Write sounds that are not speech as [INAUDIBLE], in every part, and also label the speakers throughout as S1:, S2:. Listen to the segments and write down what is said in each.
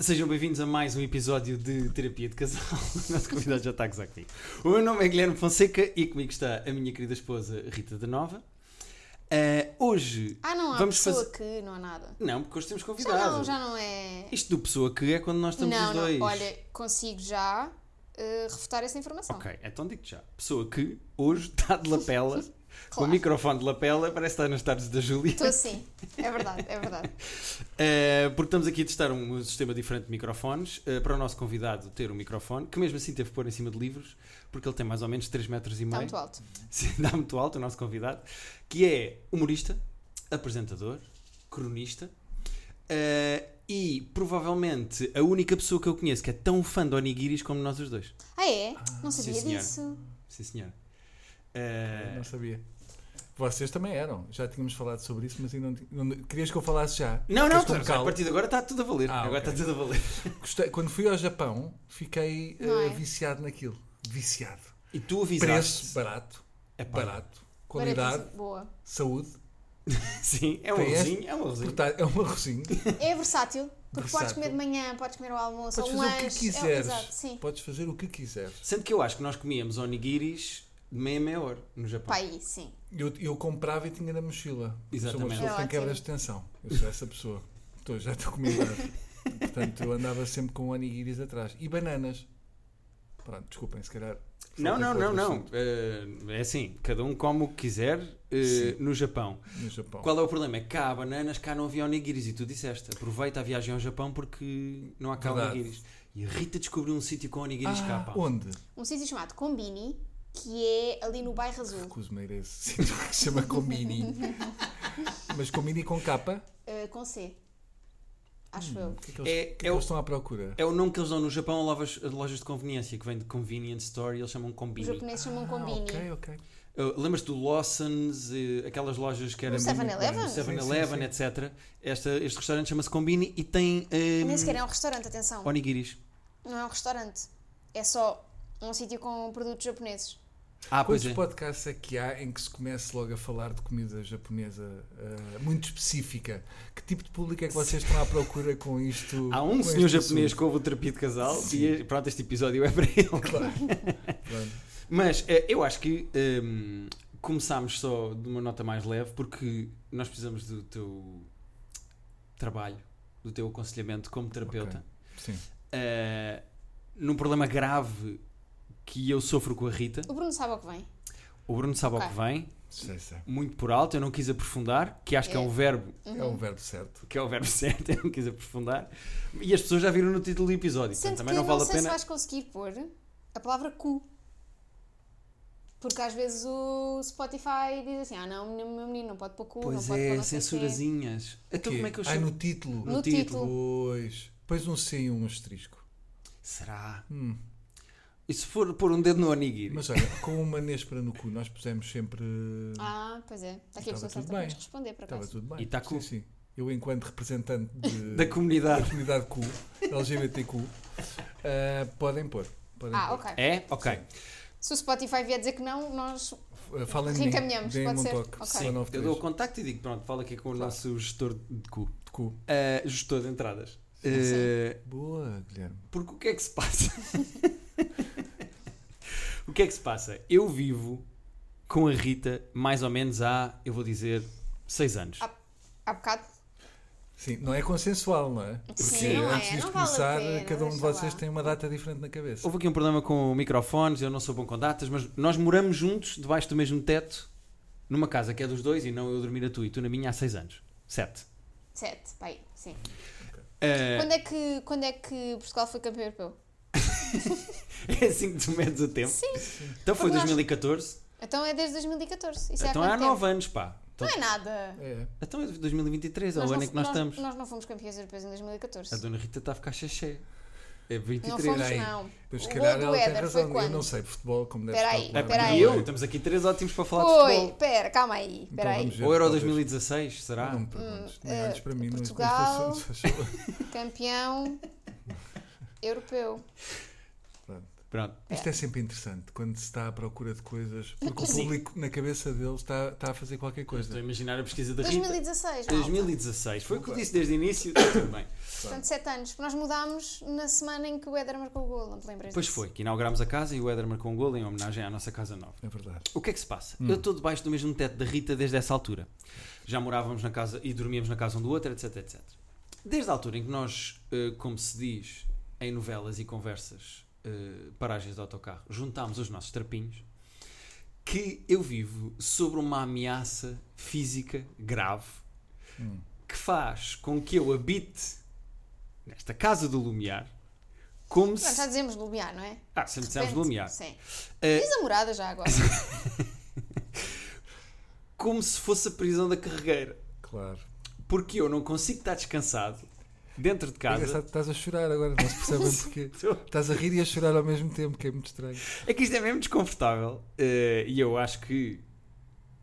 S1: Sejam bem-vindos a mais um episódio de Terapia de Casal. [LAUGHS] O nosso convidado já está a gozar comigo. O meu nome é Guilherme Fonseca e comigo está a minha querida esposa Rita da Nova. Eh, hoje
S2: Ah, não há
S1: vamos
S2: pessoa
S1: fazer.
S2: que não há nada.
S1: Não, porque hoje temos
S2: Já
S1: convidado.
S2: não, já não é.
S1: Isto do pessoa que é quando nós estamos
S2: não,
S1: os
S2: não.
S1: dois.
S2: Olha, consigo já eh, refutar essa informação.
S1: Ok, então digo já. Pessoa que hoje está de
S2: [LAUGHS]
S1: lapela, com o
S2: Claro.
S1: microfone de lapela, parece estar nos tardes da Júlia.
S2: Estou assim. É verdade, é verdade.
S1: Eh, porque estamos aqui a testar um sistema diferente de microfones. eh, para o nosso convidado ter um microfone, que mesmo assim teve que pôr em cima de livros, porque ele tem mais ou menos 3 metros e meio.
S2: Está muito alto.
S1: [LAUGHS] Sim, dá muito alto o nosso convidado, que é humorista, apresentador, cronista eh, e provavelmente a única pessoa que eu conheço que é tão fã de onigiris como nós os dois.
S2: Ah, é? Não
S1: sim,
S2: sabia
S1: senhora.
S2: disso.
S1: Sim, senhor. Eh,
S3: Não sabia. Vocês também eram. Já tínhamos falado sobre isso, mas ainda não, ti- não- Querias que eu falasse já?
S1: não, não,
S3: Queres
S1: claro, a
S3: colocá-lo?
S1: partir de agora está tudo a valer.
S3: Ah,
S1: agora
S3: ok.
S1: está tudo a valer.
S3: Gostei- Quando fui ao Japão, fiquei
S2: Não
S3: eh,
S2: é?
S3: viciado naquilo. Viciado.
S1: E tu avisaste.
S3: Preço barato,
S1: É pá,
S3: barato, qualidade,
S2: Baratíssimo. Boa.
S3: saúde.
S1: Sim, é um
S3: Preço.
S1: arrozinho, é um arrozinho.
S3: Portanto, é um arrozinho.
S2: É versátil. Porque podes
S3: Versátil.
S2: comer de manhã, podes comer ao almoço,
S3: Podes
S2: ao
S3: fazer o que
S2: lanche. É,
S3: quiseres.
S2: exato, sim.
S3: Podes fazer o que quiseres.
S1: Sendo que eu acho que nós comíamos onigiris de meia meia hora no Japão.
S2: Pai, sim.
S3: Eu, eu comprava e tinha na mochila. Sou uma
S1: Exatamente.
S3: pessoa que
S2: É
S3: tem
S2: ótimo.
S3: quebras de tensão. Eu sou essa pessoa. Estou, já estou com minha idade. Portanto, eu andava sempre com onigiris atrás. E bananas. Pronto, desculpem, se calhar.
S1: Não,
S3: faltei
S1: não,
S3: para
S1: não,
S3: é outro
S1: não.
S3: assunto.
S1: Eh, é assim, cada um come o que quiser eh,
S3: Sim.
S1: no Japão.
S3: No Japão.
S1: Qual é o problema? É que cá há bananas, cá não havia onigiris. E tu disseste, aproveita a viagem ao Japão porque não há cá
S3: Verdade.
S1: onigiris. E a Rita descobriu um sítio com onigiris cá,
S3: Ah,
S1: pá.
S3: onde?
S2: Um sítio chamado Combini, que é ali no bairro azul.
S3: Recuso-me a ir a esse sítio que se chama Combini. Mas Combini com capa?
S2: eh, com C. Acho eu.
S3: O que é
S1: É-
S3: que eles, o que é que
S1: é o-
S3: eles estão à procura?
S1: É o nome que eles dão no Japão a lojas, a lojas de conveniência, que vem de convenience store e eles chamam
S2: Os
S1: combini.
S2: japoneses chamam um Combini.
S3: Ah, ok, ok.
S1: Eh, Lembras-te do Lawson's, eh, aquelas lojas que era...
S2: O 7-Eleven?
S1: o
S2: Sim,
S1: 7-Eleven, etc. Esta, este restaurante chama-se Combini e tem eh,
S2: Nem sequer é um restaurante, atenção.
S1: onigiris.
S2: Não é um restaurante. É só um sítio com produtos japoneses.
S1: Ah, pois
S3: Quantos
S1: é.
S3: podcasts é que há em que se comece logo a falar de comida japonesa ah, muito específica? Que tipo de público é que vocês estão à procura com isto?
S1: Há um
S3: com
S1: senhor
S3: este
S1: japonês
S3: assunto?
S1: que ouve o terapia de casal e pronto, este episódio é para ele.
S3: Pronto.
S1: Mas eh, eu acho que hum, começámos só de uma nota mais leve porque nós precisamos do teu trabalho, do teu aconselhamento como terapeuta.
S3: Sim.
S1: Eh, num problema grave que eu sofro com a Rita,
S2: O Bruno sabe o que vem.
S1: o Bruno sabe ao
S2: Ok.
S1: que vem,
S3: Sei, sei.
S1: muito por alto, eu não quis aprofundar, que acho que é um
S2: É.
S1: verbo
S3: É um verbo certo.
S1: que é o verbo [LAUGHS] certo, eu não quis aprofundar, e as pessoas já viram no título do episódio, portanto
S2: Sendo
S1: também
S2: que
S1: não
S2: não
S1: vale a
S2: sei se
S1: pena.
S2: vais conseguir pôr a palavra cu. Porque às vezes o Spotify diz assim: ah, não, meu meu menino não pode pôr cu, não
S1: Pois
S2: pode pôr
S1: é,
S2: não sei o quê."
S1: censurazinhas. Então
S3: Quê?
S1: como é que eu
S3: Ai,
S1: chamo?
S3: no título.
S2: No título.
S3: Pois. Pois um C e um asterisco.
S1: Será?
S3: Hum.
S1: E se for pôr um dedo no onigiri?
S3: Mas olha, com uma néspera no cu, nós pusemos sempre.
S2: Ah, pois é. Está aqui a
S3: Estava
S2: pessoa
S3: tudo
S2: certa
S3: bem.
S2: para nos responder, por
S3: Estava
S2: acaso.
S3: tudo bem.
S1: E tá cu.
S3: Sim, sim. Eu, enquanto representante de-
S1: Da
S3: da
S1: comunidade.
S3: comunidade
S1: [LAUGHS]
S3: cu, LGBTQ, ah, podem pôr. Podem
S2: Ah,
S3: pôr.
S2: ok.
S1: É? Ok.
S2: Se o Spotify vier dizer que não, nós.
S3: Ah, Falem de mim.
S2: Reencaminhamos,
S3: Deem-me
S2: pode
S3: um
S2: ser?
S3: toque.
S2: Ok.
S1: Sim,
S3: 193
S1: eu dou o contacto e digo, pronto, fala aqui com o
S3: Claro.
S1: nosso gestor de cu.
S3: de cu.
S1: Ah, gestor de entradas. Ah,
S3: Boa, Guilherme.
S1: porque o que é que se passa? [LAUGHS] o que é que se passa? Eu vivo com a Rita mais ou menos há, eu vou dizer, 6 anos.
S2: Há, há bocado.
S3: Sim, não é consensual, não é? Porque
S2: Sim, não é,
S3: antes de
S2: não
S3: isto
S2: vale a
S3: começar,
S2: pena,
S3: cada um de
S2: deixa
S3: vocês
S2: lá.
S3: tem uma data diferente na cabeça.
S1: Houve aqui um problema com microfones, eu não sou bom com datas, mas nós moramos juntos, debaixo do mesmo teto, numa casa que é dos dois e não eu dormir a tu e tu na minha há 6 anos. 7.
S2: Sete, pai, sim. Quando, é que, quando é que Portugal foi campeão europeu?
S1: [LAUGHS] É assim que tu medes o tempo.
S2: Sim.
S1: Então foi
S2: Porque nós-
S1: 2014.
S2: Então é desde 2014. Isso
S1: então
S2: é
S1: há
S2: há quanto tempo?
S1: 9 anos, pá. Então,
S2: Não é nada.
S3: É.
S1: então é 2023, é
S2: Nós
S1: o
S2: não
S1: ano em
S2: fu-
S1: que nós, estamos.
S2: Nós não fomos campeões europeus em
S1: A
S2: 2014.
S1: dona Rita está a ficar xaxé. É 23.
S2: Não fomos,
S3: Peraí.
S2: não.
S3: Mas se
S2: O
S3: calhar
S2: gol do
S3: ela tem
S2: Éder foi
S3: razão. Eu
S2: quando?
S3: não sei de futebol, como deve
S2: Peraí,
S1: É,
S3: calcular.
S1: pá,
S2: peraí.
S1: e eu, estamos aqui três ótimos para falar de
S2: Foi,
S1: futebol.
S2: pera, calma aí,
S3: Então
S2: pera aí.
S3: vamos ver,
S1: Ou Euro
S3: talvez.
S1: 2016, será?
S3: Não me perguntes, nem
S2: eh,
S3: olhes para mim. não- neste
S2: Portugal. [LAUGHS]
S3: [LAUGHS] assunto, faz favor.
S2: Campeão europeu.
S3: Pronto.
S1: Pronto.
S3: Isto é sempre interessante quando se está à procura de coisas, porque o
S1: Sim.
S3: público na cabeça deles está, está a fazer qualquer
S1: Estou a
S3: coisa.
S1: imaginar a pesquisa da Rita.
S2: 2016, malta.
S1: 2016. Foi o que eu disse desde o início. Está Tudo bem.
S2: Portanto, 7 anos. Porque nós mudámos na semana em que o Éder marcou o gol, não te lembras
S1: Depois
S2: disso?
S1: foi, que inaugurámos a casa e o Éder marcou um gol em homenagem à nossa casa nova.
S3: É verdade.
S1: O que é que se passa? Eu estou debaixo do mesmo teto da Rita desde essa altura. Já morávamos na casa e dormíamos na casa um do outro, etc, etc. Desde a altura em que nós, eh, como se diz em novelas e conversas, eh, paragens de autocarro, juntámos os nossos trapinhos, que eu vivo sobre uma ameaça física grave que faz com que eu habite nesta casa do Lumiar como
S2: Pronto, já
S1: se...
S2: dizemos Lumiar, não é?
S1: Ah, sempre dissemos
S2: Depende.
S1: Lumiar.
S2: Sim.
S1: Eh,
S2: Diz a morada já agora.
S1: Como se fosse a prisão da carregueira.
S3: Claro.
S1: porque eu não consigo estar descansado dentro de
S3: É
S1: casa.
S3: engraçado, estás a chorar agora, não se percebe
S1: [LAUGHS]
S3: bem
S1: Estou.
S3: porquê. Estás a rir e a chorar ao mesmo tempo, que é muito estranho.
S1: É que isto é mesmo desconfortável eh, e eu acho que.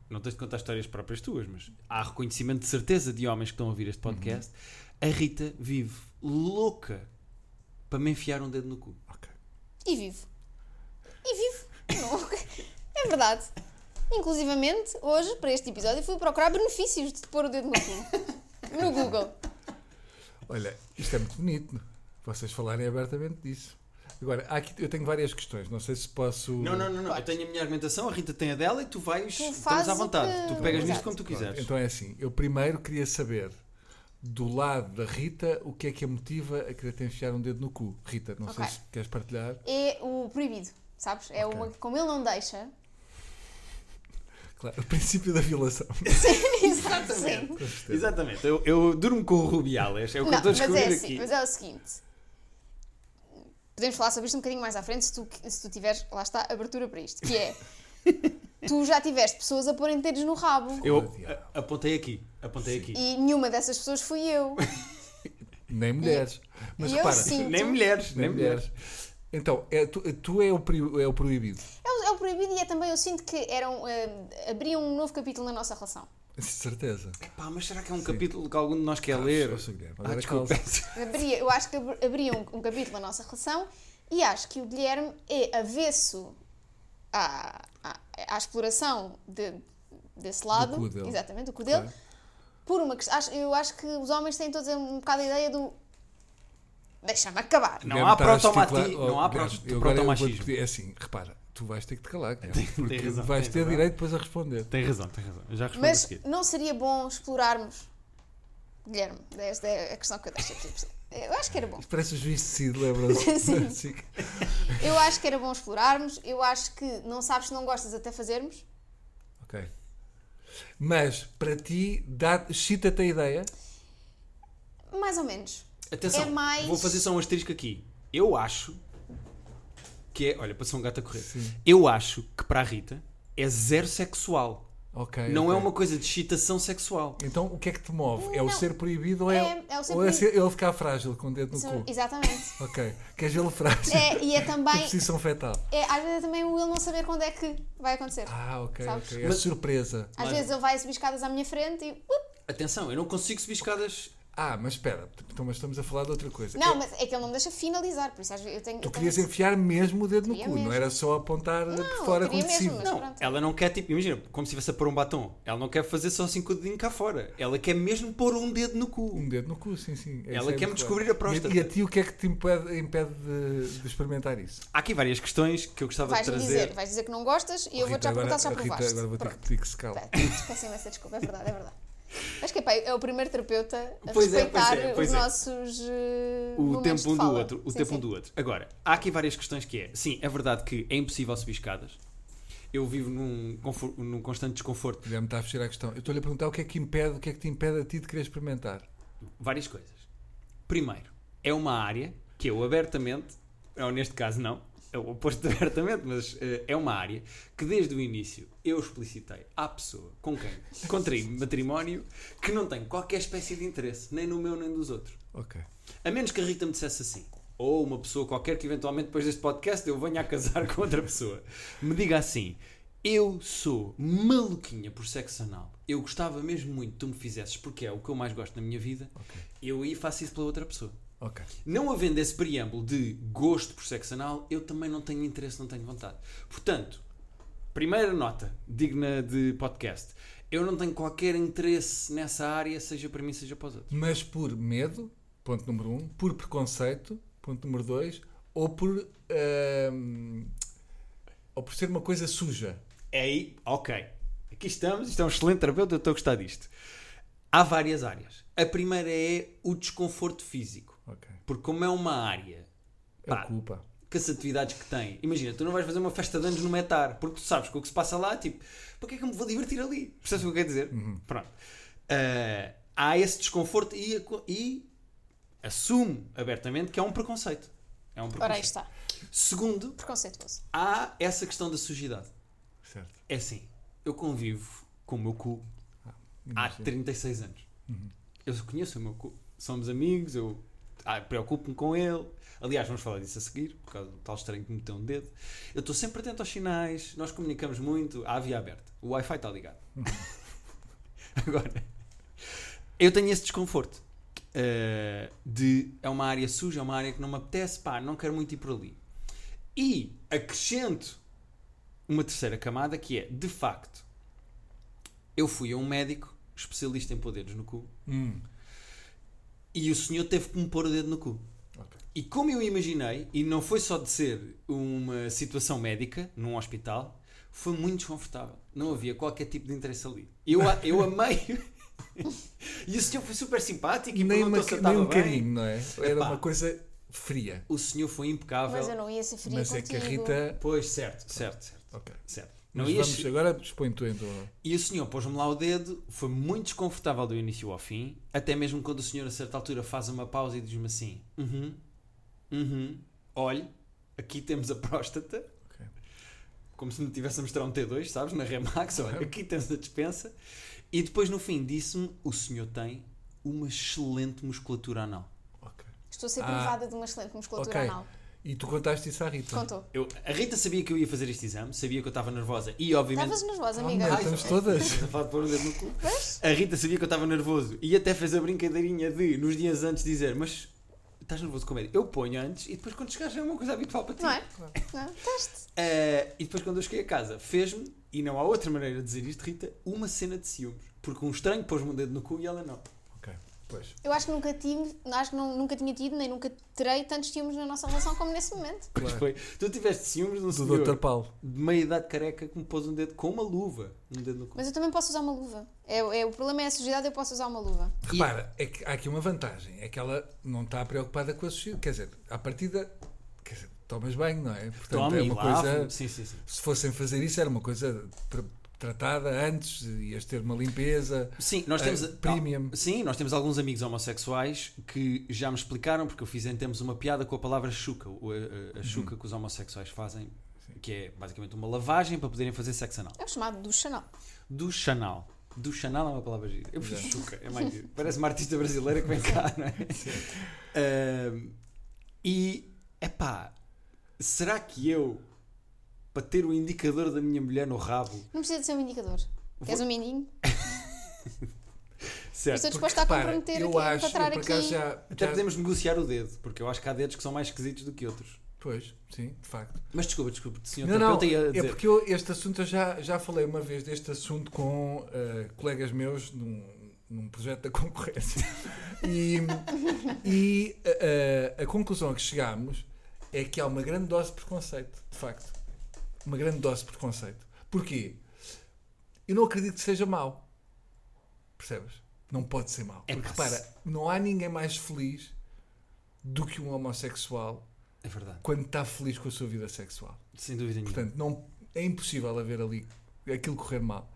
S1: Não tens de contar histórias próprias tuas, mas há reconhecimento de certeza de homens que estão a ouvir este
S3: Uhum.
S1: podcast. A Rita vive louca para me enfiar um dedo no cu.
S3: Ok.
S2: E vivo. E vivo. Não. [LAUGHS] É verdade. Inclusivamente, hoje, para este episódio, fui procurar benefícios de te pôr o dedo no cu. No Google.
S3: Olha, isto é muito bonito, vocês falarem abertamente disso. Agora, há aqui, eu tenho várias questões, não sei se posso.
S1: Não, não, não, não. Eu tenho a minha argumentação, a Rita tem a dela e tu vais.
S2: Tu
S1: estamos
S2: fazes
S1: à
S2: o
S1: vontade.
S2: que-
S1: Tu pegas nisto
S2: Exato.
S1: como tu
S3: Pronto,
S1: quiseres.
S3: Então é assim, eu primeiro queria saber, do lado da Rita, o que é que a motiva a querer te enfiar um dedo no cu. Rita, não
S2: Ok.
S3: sei se queres partilhar.
S2: É o proibido, sabes? É
S3: Ok.
S2: o como ele não deixa.
S3: Claro, [LAUGHS] o princípio da violação.
S2: Exato,
S3: então,
S2: sim.
S1: Exatamente. Eu, eu durmo com o Rubiales. É o que
S2: Não,
S1: eu estou a
S2: mas é
S1: descobrir
S2: assim,
S1: aqui.
S2: mas é o seguinte. Podemos falar sobre isto um bocadinho mais à frente se tu, se tu tiveres, lá está, abertura para isto, que é tu já tiveste pessoas a porem dedos no rabo
S1: Eu
S3: Oh,
S1: a-
S3: diabo.
S1: apontei aqui. Apontei aqui.
S2: e nenhuma dessas pessoas fui eu.
S3: Nem mulheres. Mas
S2: e então? eu
S3: repara,
S2: sim.
S1: Nem
S2: tu-
S1: mulheres,
S3: nem mulheres. Então, é, tu, tu é, o, pri- é o proibido.
S2: É o, é o proibido e é também, eu sinto que eram, eh, abriam um novo capítulo na nossa relação.
S3: De certeza.
S1: Pá, mas será que é um capítulo que algum de nós quer ler?
S3: Só sei, Guilherme,
S1: Ah,
S3: agora
S1: desculpa.
S2: Abria, eu acho que ab- abriam um, um capítulo na nossa relação e acho que o Guilherme é avesso à, à, à exploração de- desse lado.
S3: cu dele.
S2: Exatamente, do cu dele.
S3: Ok.
S2: Por uma questão. acho- Eu acho que os homens têm todos um bocado a ideia do. Deixa-me acabar.
S1: Não
S3: Guilherme
S1: há
S3: está a
S1: protomati-
S3: gesticular.
S1: não há
S3: Guilherme,
S1: proto-
S3: tipo, oh, eu agora eu vou-te
S1: protomachismo.
S3: pedir- É assim, repara, tu vais ter que
S1: [LAUGHS]
S3: te calar, Guilherme,
S1: Tem- tem
S3: porque
S1: razão,
S3: vais
S1: tem
S3: ter
S1: razão.
S3: direito depois
S1: [LAUGHS]
S3: a
S1: [LAUGHS]
S3: responder.
S1: Tem razão, tem razão. Eu já respondo a
S2: Mas
S1: seguir.
S2: não seria bom explorarmos. Guilherme, esta é a questão que eu deixo aqui. Eu acho que era bom.
S3: Parece o juiz de
S1: [LAUGHS]
S3: Cid, lembra-se?
S2: Sim.
S3: [LAUGHS] Sim.
S2: Eu acho que era bom explorarmos. Eu acho que não sabes se não gostas até fazermos.
S3: Ok. Mas, para ti, dá- excita-te a ideia?
S2: Mais ou menos.
S1: Atenção,
S2: É mais-
S1: vou fazer só um asterisco aqui. Eu acho que é. Olha, passou um gato a correr. Eu acho que para a Rita é zero sexual.
S3: Ok.
S1: não é
S3: ok.
S1: uma coisa de excitação sexual.
S3: Então, o que é que te move? É o
S2: Não.
S3: ser proibido ou é,
S2: É- é o ser
S3: ou é
S2: proibido.
S3: ser- ele ficar frágil com o dedo no
S2: São-
S3: cu?
S1: [LAUGHS]
S2: é- Exatamente.
S3: Ok. Queres ele frágil? [LAUGHS]
S2: É, e é também.
S3: Posição fetal.
S2: é, às vezes é também o ele não saber quando é que vai acontecer.
S3: Ah, ok,
S2: Sabes?
S3: ok. É surpresa.
S2: Às vezes ele vai subir escadas à minha frente e. uh, up.
S1: Atenção, eu não consigo subir escadas.
S3: Ah, mas espera. Então, mas estamos a falar de outra coisa.
S2: Não,
S3: É-
S2: mas é que ele não me deixa finalizar, por isso às vezes eu tenho.
S3: Tu
S2: eu
S3: querias
S2: tenho...
S3: enfiar mesmo o dedo no
S2: Queria
S3: cu, não
S2: mesmo.
S3: era só apontar
S2: eu
S3: por fora com
S2: queria mesmo,
S3: adesivo.
S2: mas-
S1: Não,
S2: pronto.
S1: ela não quer tipo, imagina, como se estivesse a pôr um batom. Ela não quer fazer só assim com o dedinho cá fora. Ela quer mesmo pôr um dedo no cu.
S3: Um dedo no cu, sim, sim.
S1: Ela
S3: Isso é
S1: quer-me
S3: muito
S1: descobrir
S3: claro.
S1: a próstata.
S3: E, e a ti o que é que te impede, impede de, de experimentar isso?
S1: Há aqui várias questões que eu gostava
S2: Vais
S1: de
S2: me
S1: trazer. Oh,
S2: dizer, vais dizer que não gostas e eu vou-te
S3: Rita,
S2: já
S3: agora-
S2: perguntar se é já
S3: Rita,
S2: provaste.
S3: agora vou ter que pedir que se cala.
S2: Esqueci-me essa desculpa, é verdade, é verdade. Acho que epá, é o primeiro terapeuta a
S1: Pois é,
S2: respeitar
S1: pois é, pois
S2: os
S1: é.
S2: nossos. eh,
S1: o
S2: momentos
S1: tempo
S2: de
S1: um do
S2: fala.
S1: outro, o
S2: Sim,
S1: tempo
S2: sim.
S1: um do outro. Agora, há aqui várias questões que é, sim, é verdade que é impossível subir escadas. Eu vivo num, confo- num constante desconforto,
S3: Guilherme está a fugir à questão. Eu estou-lhe a perguntar o que é que impede, o que é que te impede a ti de querer experimentar.
S1: várias coisas. Primeiro, é uma área que eu abertamente, ou neste caso não, é o oposto de abertamente, mas eh, é uma área que desde o início eu explicitei à pessoa com quem contraí matrimónio que não tem qualquer espécie de interesse, nem no meu nem dos outros.
S3: Ok.
S1: A menos que a Rita me dissesse assim, ou uma pessoa qualquer que eventualmente depois deste podcast eu venha a casar [LAUGHS] com outra pessoa, me diga assim: eu sou maluquinha por sexo anal, eu gostava mesmo muito que tu me fizesses porque é o que eu mais gosto na minha vida, eu aí faço isso pela outra pessoa.
S3: Ok.
S1: Não havendo esse preâmbulo de gosto por sexo anal, eu também não tenho interesse, não tenho vontade. Portanto, primeira nota digna de podcast. Eu não tenho qualquer interesse nessa área, seja para mim, seja para os outros.
S3: Mas por medo, ponto número um, por preconceito, ponto número dois, ou por. ahm, ou por ser uma coisa suja.
S1: É aí, ok. Aqui estamos, isto é um excelente terapeuta, eu estou a gostar disto. Há várias áreas. A primeira é o desconforto físico.
S3: Ok.
S1: Porque como é uma área
S3: É
S1: Pá.
S3: culpa.
S1: que as atividades que tem. Imagina, tu não vais fazer uma festa de anos no Metar, porque tu sabes que o que se passa lá, tipo, para que é que eu me vou divertir ali? Percebes o que eu quero dizer? Pronto. Ah, há esse desconforto e, aco- e assume abertamente que é um preconceito. É um
S2: Ora, aí
S1: preconceito.
S2: está.
S1: Segundo,
S2: Preconceituoso.
S1: há essa questão da sujidade.
S3: Certo.
S1: É assim, eu convivo com o meu cu há 36 anos. Eu conheço o meu cu, somos amigos, eu ah, preocupo-me com ele. Aliás, vamos falar disso a seguir, por causa do tal estranho que me meteu um dedo. Eu estou sempre atento aos sinais, nós comunicamos muito, há a via aberta. O Wi-Fi está ligado. [LAUGHS] Agora, eu tenho esse desconforto. eh, de é uma área suja, é uma área que não me apetece, pá, não quero muito ir por ali. E acrescento uma terceira camada que é, de facto, eu fui a um médico especialista em pôr dedos no cu
S3: Hum,
S1: e o senhor teve que me pôr o dedo no cu.
S3: ok.
S1: E como eu imaginei, e não foi só de ser uma situação médica num hospital, foi muito desconfortável. Não havia qualquer tipo de interesse ali. Eu, a- eu amei. [LAUGHS] e o senhor foi super simpático e
S3: Nem, uma,
S1: perguntou se eu
S3: nem
S1: estava
S3: um
S1: bem.
S3: carinho, não é? Era
S1: Epá.
S3: uma coisa fria.
S1: O senhor foi impecável.
S2: Mas eu não ia ser fria
S3: Mas é
S2: contigo.
S3: que a Rita.
S1: Pois, certo, certo, certo.
S3: Ok.
S1: certo. Não
S3: Mas
S1: ia
S3: vamos, agora expõe tu então.
S1: E o senhor pôs-me lá o dedo, foi muito desconfortável do início ao fim, até mesmo quando o senhor a certa altura faz uma pausa e diz-me assim: Uhum, uhum, olhe, aqui temos a próstata,
S3: Ok.
S1: como se me tivesse a mostrar um T2, sabes, na Remax, olha, aqui temos a dispensa. E depois no fim disse-me: O senhor tem uma excelente musculatura anal.
S3: Ok.
S2: Estou a ser
S3: Ah.
S2: privada de uma excelente musculatura
S3: Ok.
S2: anal.
S3: E tu contaste isso à Rita?
S2: Contou.
S1: Eu, a Rita sabia que eu ia fazer este exame, sabia que eu estava nervosa e, obviamente.
S2: Estavas nas vozes,
S3: Ah,
S2: amiga.
S3: mas estamos todas.
S1: [LAUGHS] Estás a falar de pôr um dedo no cu?
S2: Pois.
S1: A Rita sabia que eu estava nervoso e até fez a brincadeirinha de, nos dias antes, dizer: Mas estás nervoso com medo? Eu ponho antes e depois quando chegares é uma coisa habitual para ti.
S2: Não é? Não, teste.
S1: Eh, e depois quando eu cheguei a casa, fez-me, e não há outra maneira de dizer isto, Rita, uma cena de ciúmes. Porque um estranho pôs-me um dedo no cu e ela não.
S3: Ok. Pois.
S2: Eu acho que nunca tive, acho que não- nunca tinha tido, nem nunca terei tantos ciúmes na nossa relação como nesse momento.
S1: Pois
S3: Claro.
S1: foi. Tu tiveste ciúmes de um
S3: Do
S1: senhor
S3: Dr. Paulo.
S1: de meia idade careca que me pôs um dedo com uma luva, um dedo no cu.
S2: Mas eu também posso usar uma luva. É, é- o problema é a sujidade, eu posso usar uma luva.
S3: Repara, é que há aqui uma vantagem, é que ela não está preocupada com a sociedade. Quer dizer, à partida, quer dizer, tomas banho, não é? Portanto,
S1: Toma,
S3: é
S1: e
S3: uma
S1: lavo.
S3: coisa.
S1: Sim, sim, sim.
S3: Se fossem fazer isso, era uma coisa tra- tratada antes, ias ter uma limpeza.
S1: Sim, nós
S3: Eh,
S1: temos
S3: premium.
S1: al- Sim, nós temos alguns amigos homossexuais que já me explicaram porque eu fiz em tempos uma piada com a palavra chuca, o- a, a- a chuca que os homossexuais fazem, que é basicamente uma lavagem para poderem fazer sexo anal.
S2: É o chamado do Chanel.
S1: Do chanal. Do chanal é uma palavra gira. Eu fiz chuca, é mais giro. Parece uma artista brasileira que vem cá, não é? Ahm, e epá, será que eu para ter o indicador da minha mulher no rabo?
S2: Não precisa de ser um indicador. És um mindinho.
S1: Certo.
S2: Estou
S3: É, Porque,
S2: disposta a
S3: repara,
S2: comprometer
S3: eu
S2: aqui, a
S3: acho,
S2: encontrar
S3: eu por acaso
S2: aqui.
S3: já,
S1: Até
S3: já-
S1: podemos negociar o dedo, porque eu acho que há dedos que são mais esquisitos do que outros.
S3: Pois, sim, de facto.
S1: Mas desculpa, desculpa, senhor
S3: Não, não,
S1: terapeuta ia
S3: é
S1: dizer.
S3: porque eu, este assunto, eu já, já falei uma vez deste assunto com eh, colegas meus num, num projeto da [LAUGHS] concorrência. E, e, eh, a conclusão a que chegámos é que há uma grande dose de preconceito, de facto. Uma grande dose de preconceito. Porquê? Eu não acredito que seja mau. Percebes? Não pode ser mau.
S1: É
S3: Porque
S1: pá,
S3: repara, não há ninguém mais feliz do que um homossexual
S1: É verdade,
S3: quando está feliz com a sua vida sexual.
S1: sem dúvida nenhuma.
S3: Portanto, não, é impossível haver ali aquilo correr mal.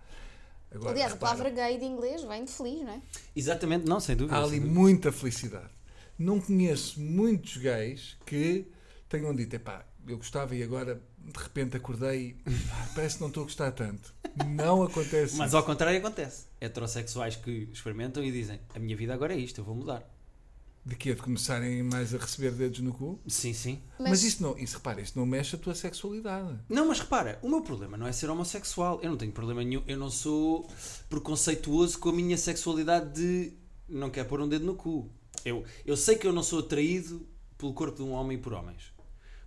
S3: Agora,
S2: Aliás, a
S3: repara,
S2: palavra gay de inglês vem de feliz, não é?
S1: Exatamente, não, sem dúvida.
S3: há
S1: sem
S3: ali
S1: dúvida.
S3: muita felicidade. Não conheço muitos gays que tenham dito: epá, eu gostava e agora de repente acordei e "Ah, parece que não estou a gostar tanto. Não acontece.
S1: Mas
S3: isso.
S1: ao contrário acontece. Heterossexuais que experimentam e dizem a minha vida agora é isto, eu vou mudar.
S3: De quê? De começarem mais a receber dedos no cu?
S1: Sim, sim.
S3: Mas, isso não, isso, repara, isso não mexe a tua sexualidade.
S1: Não, mas repara, o meu problema não é ser homossexual. Eu não tenho problema nenhum. Eu não sou preconceituoso com a minha sexualidade de não quero pôr um dedo no cu. Eu, eu sei que eu não sou atraído pelo corpo de um homem por homens.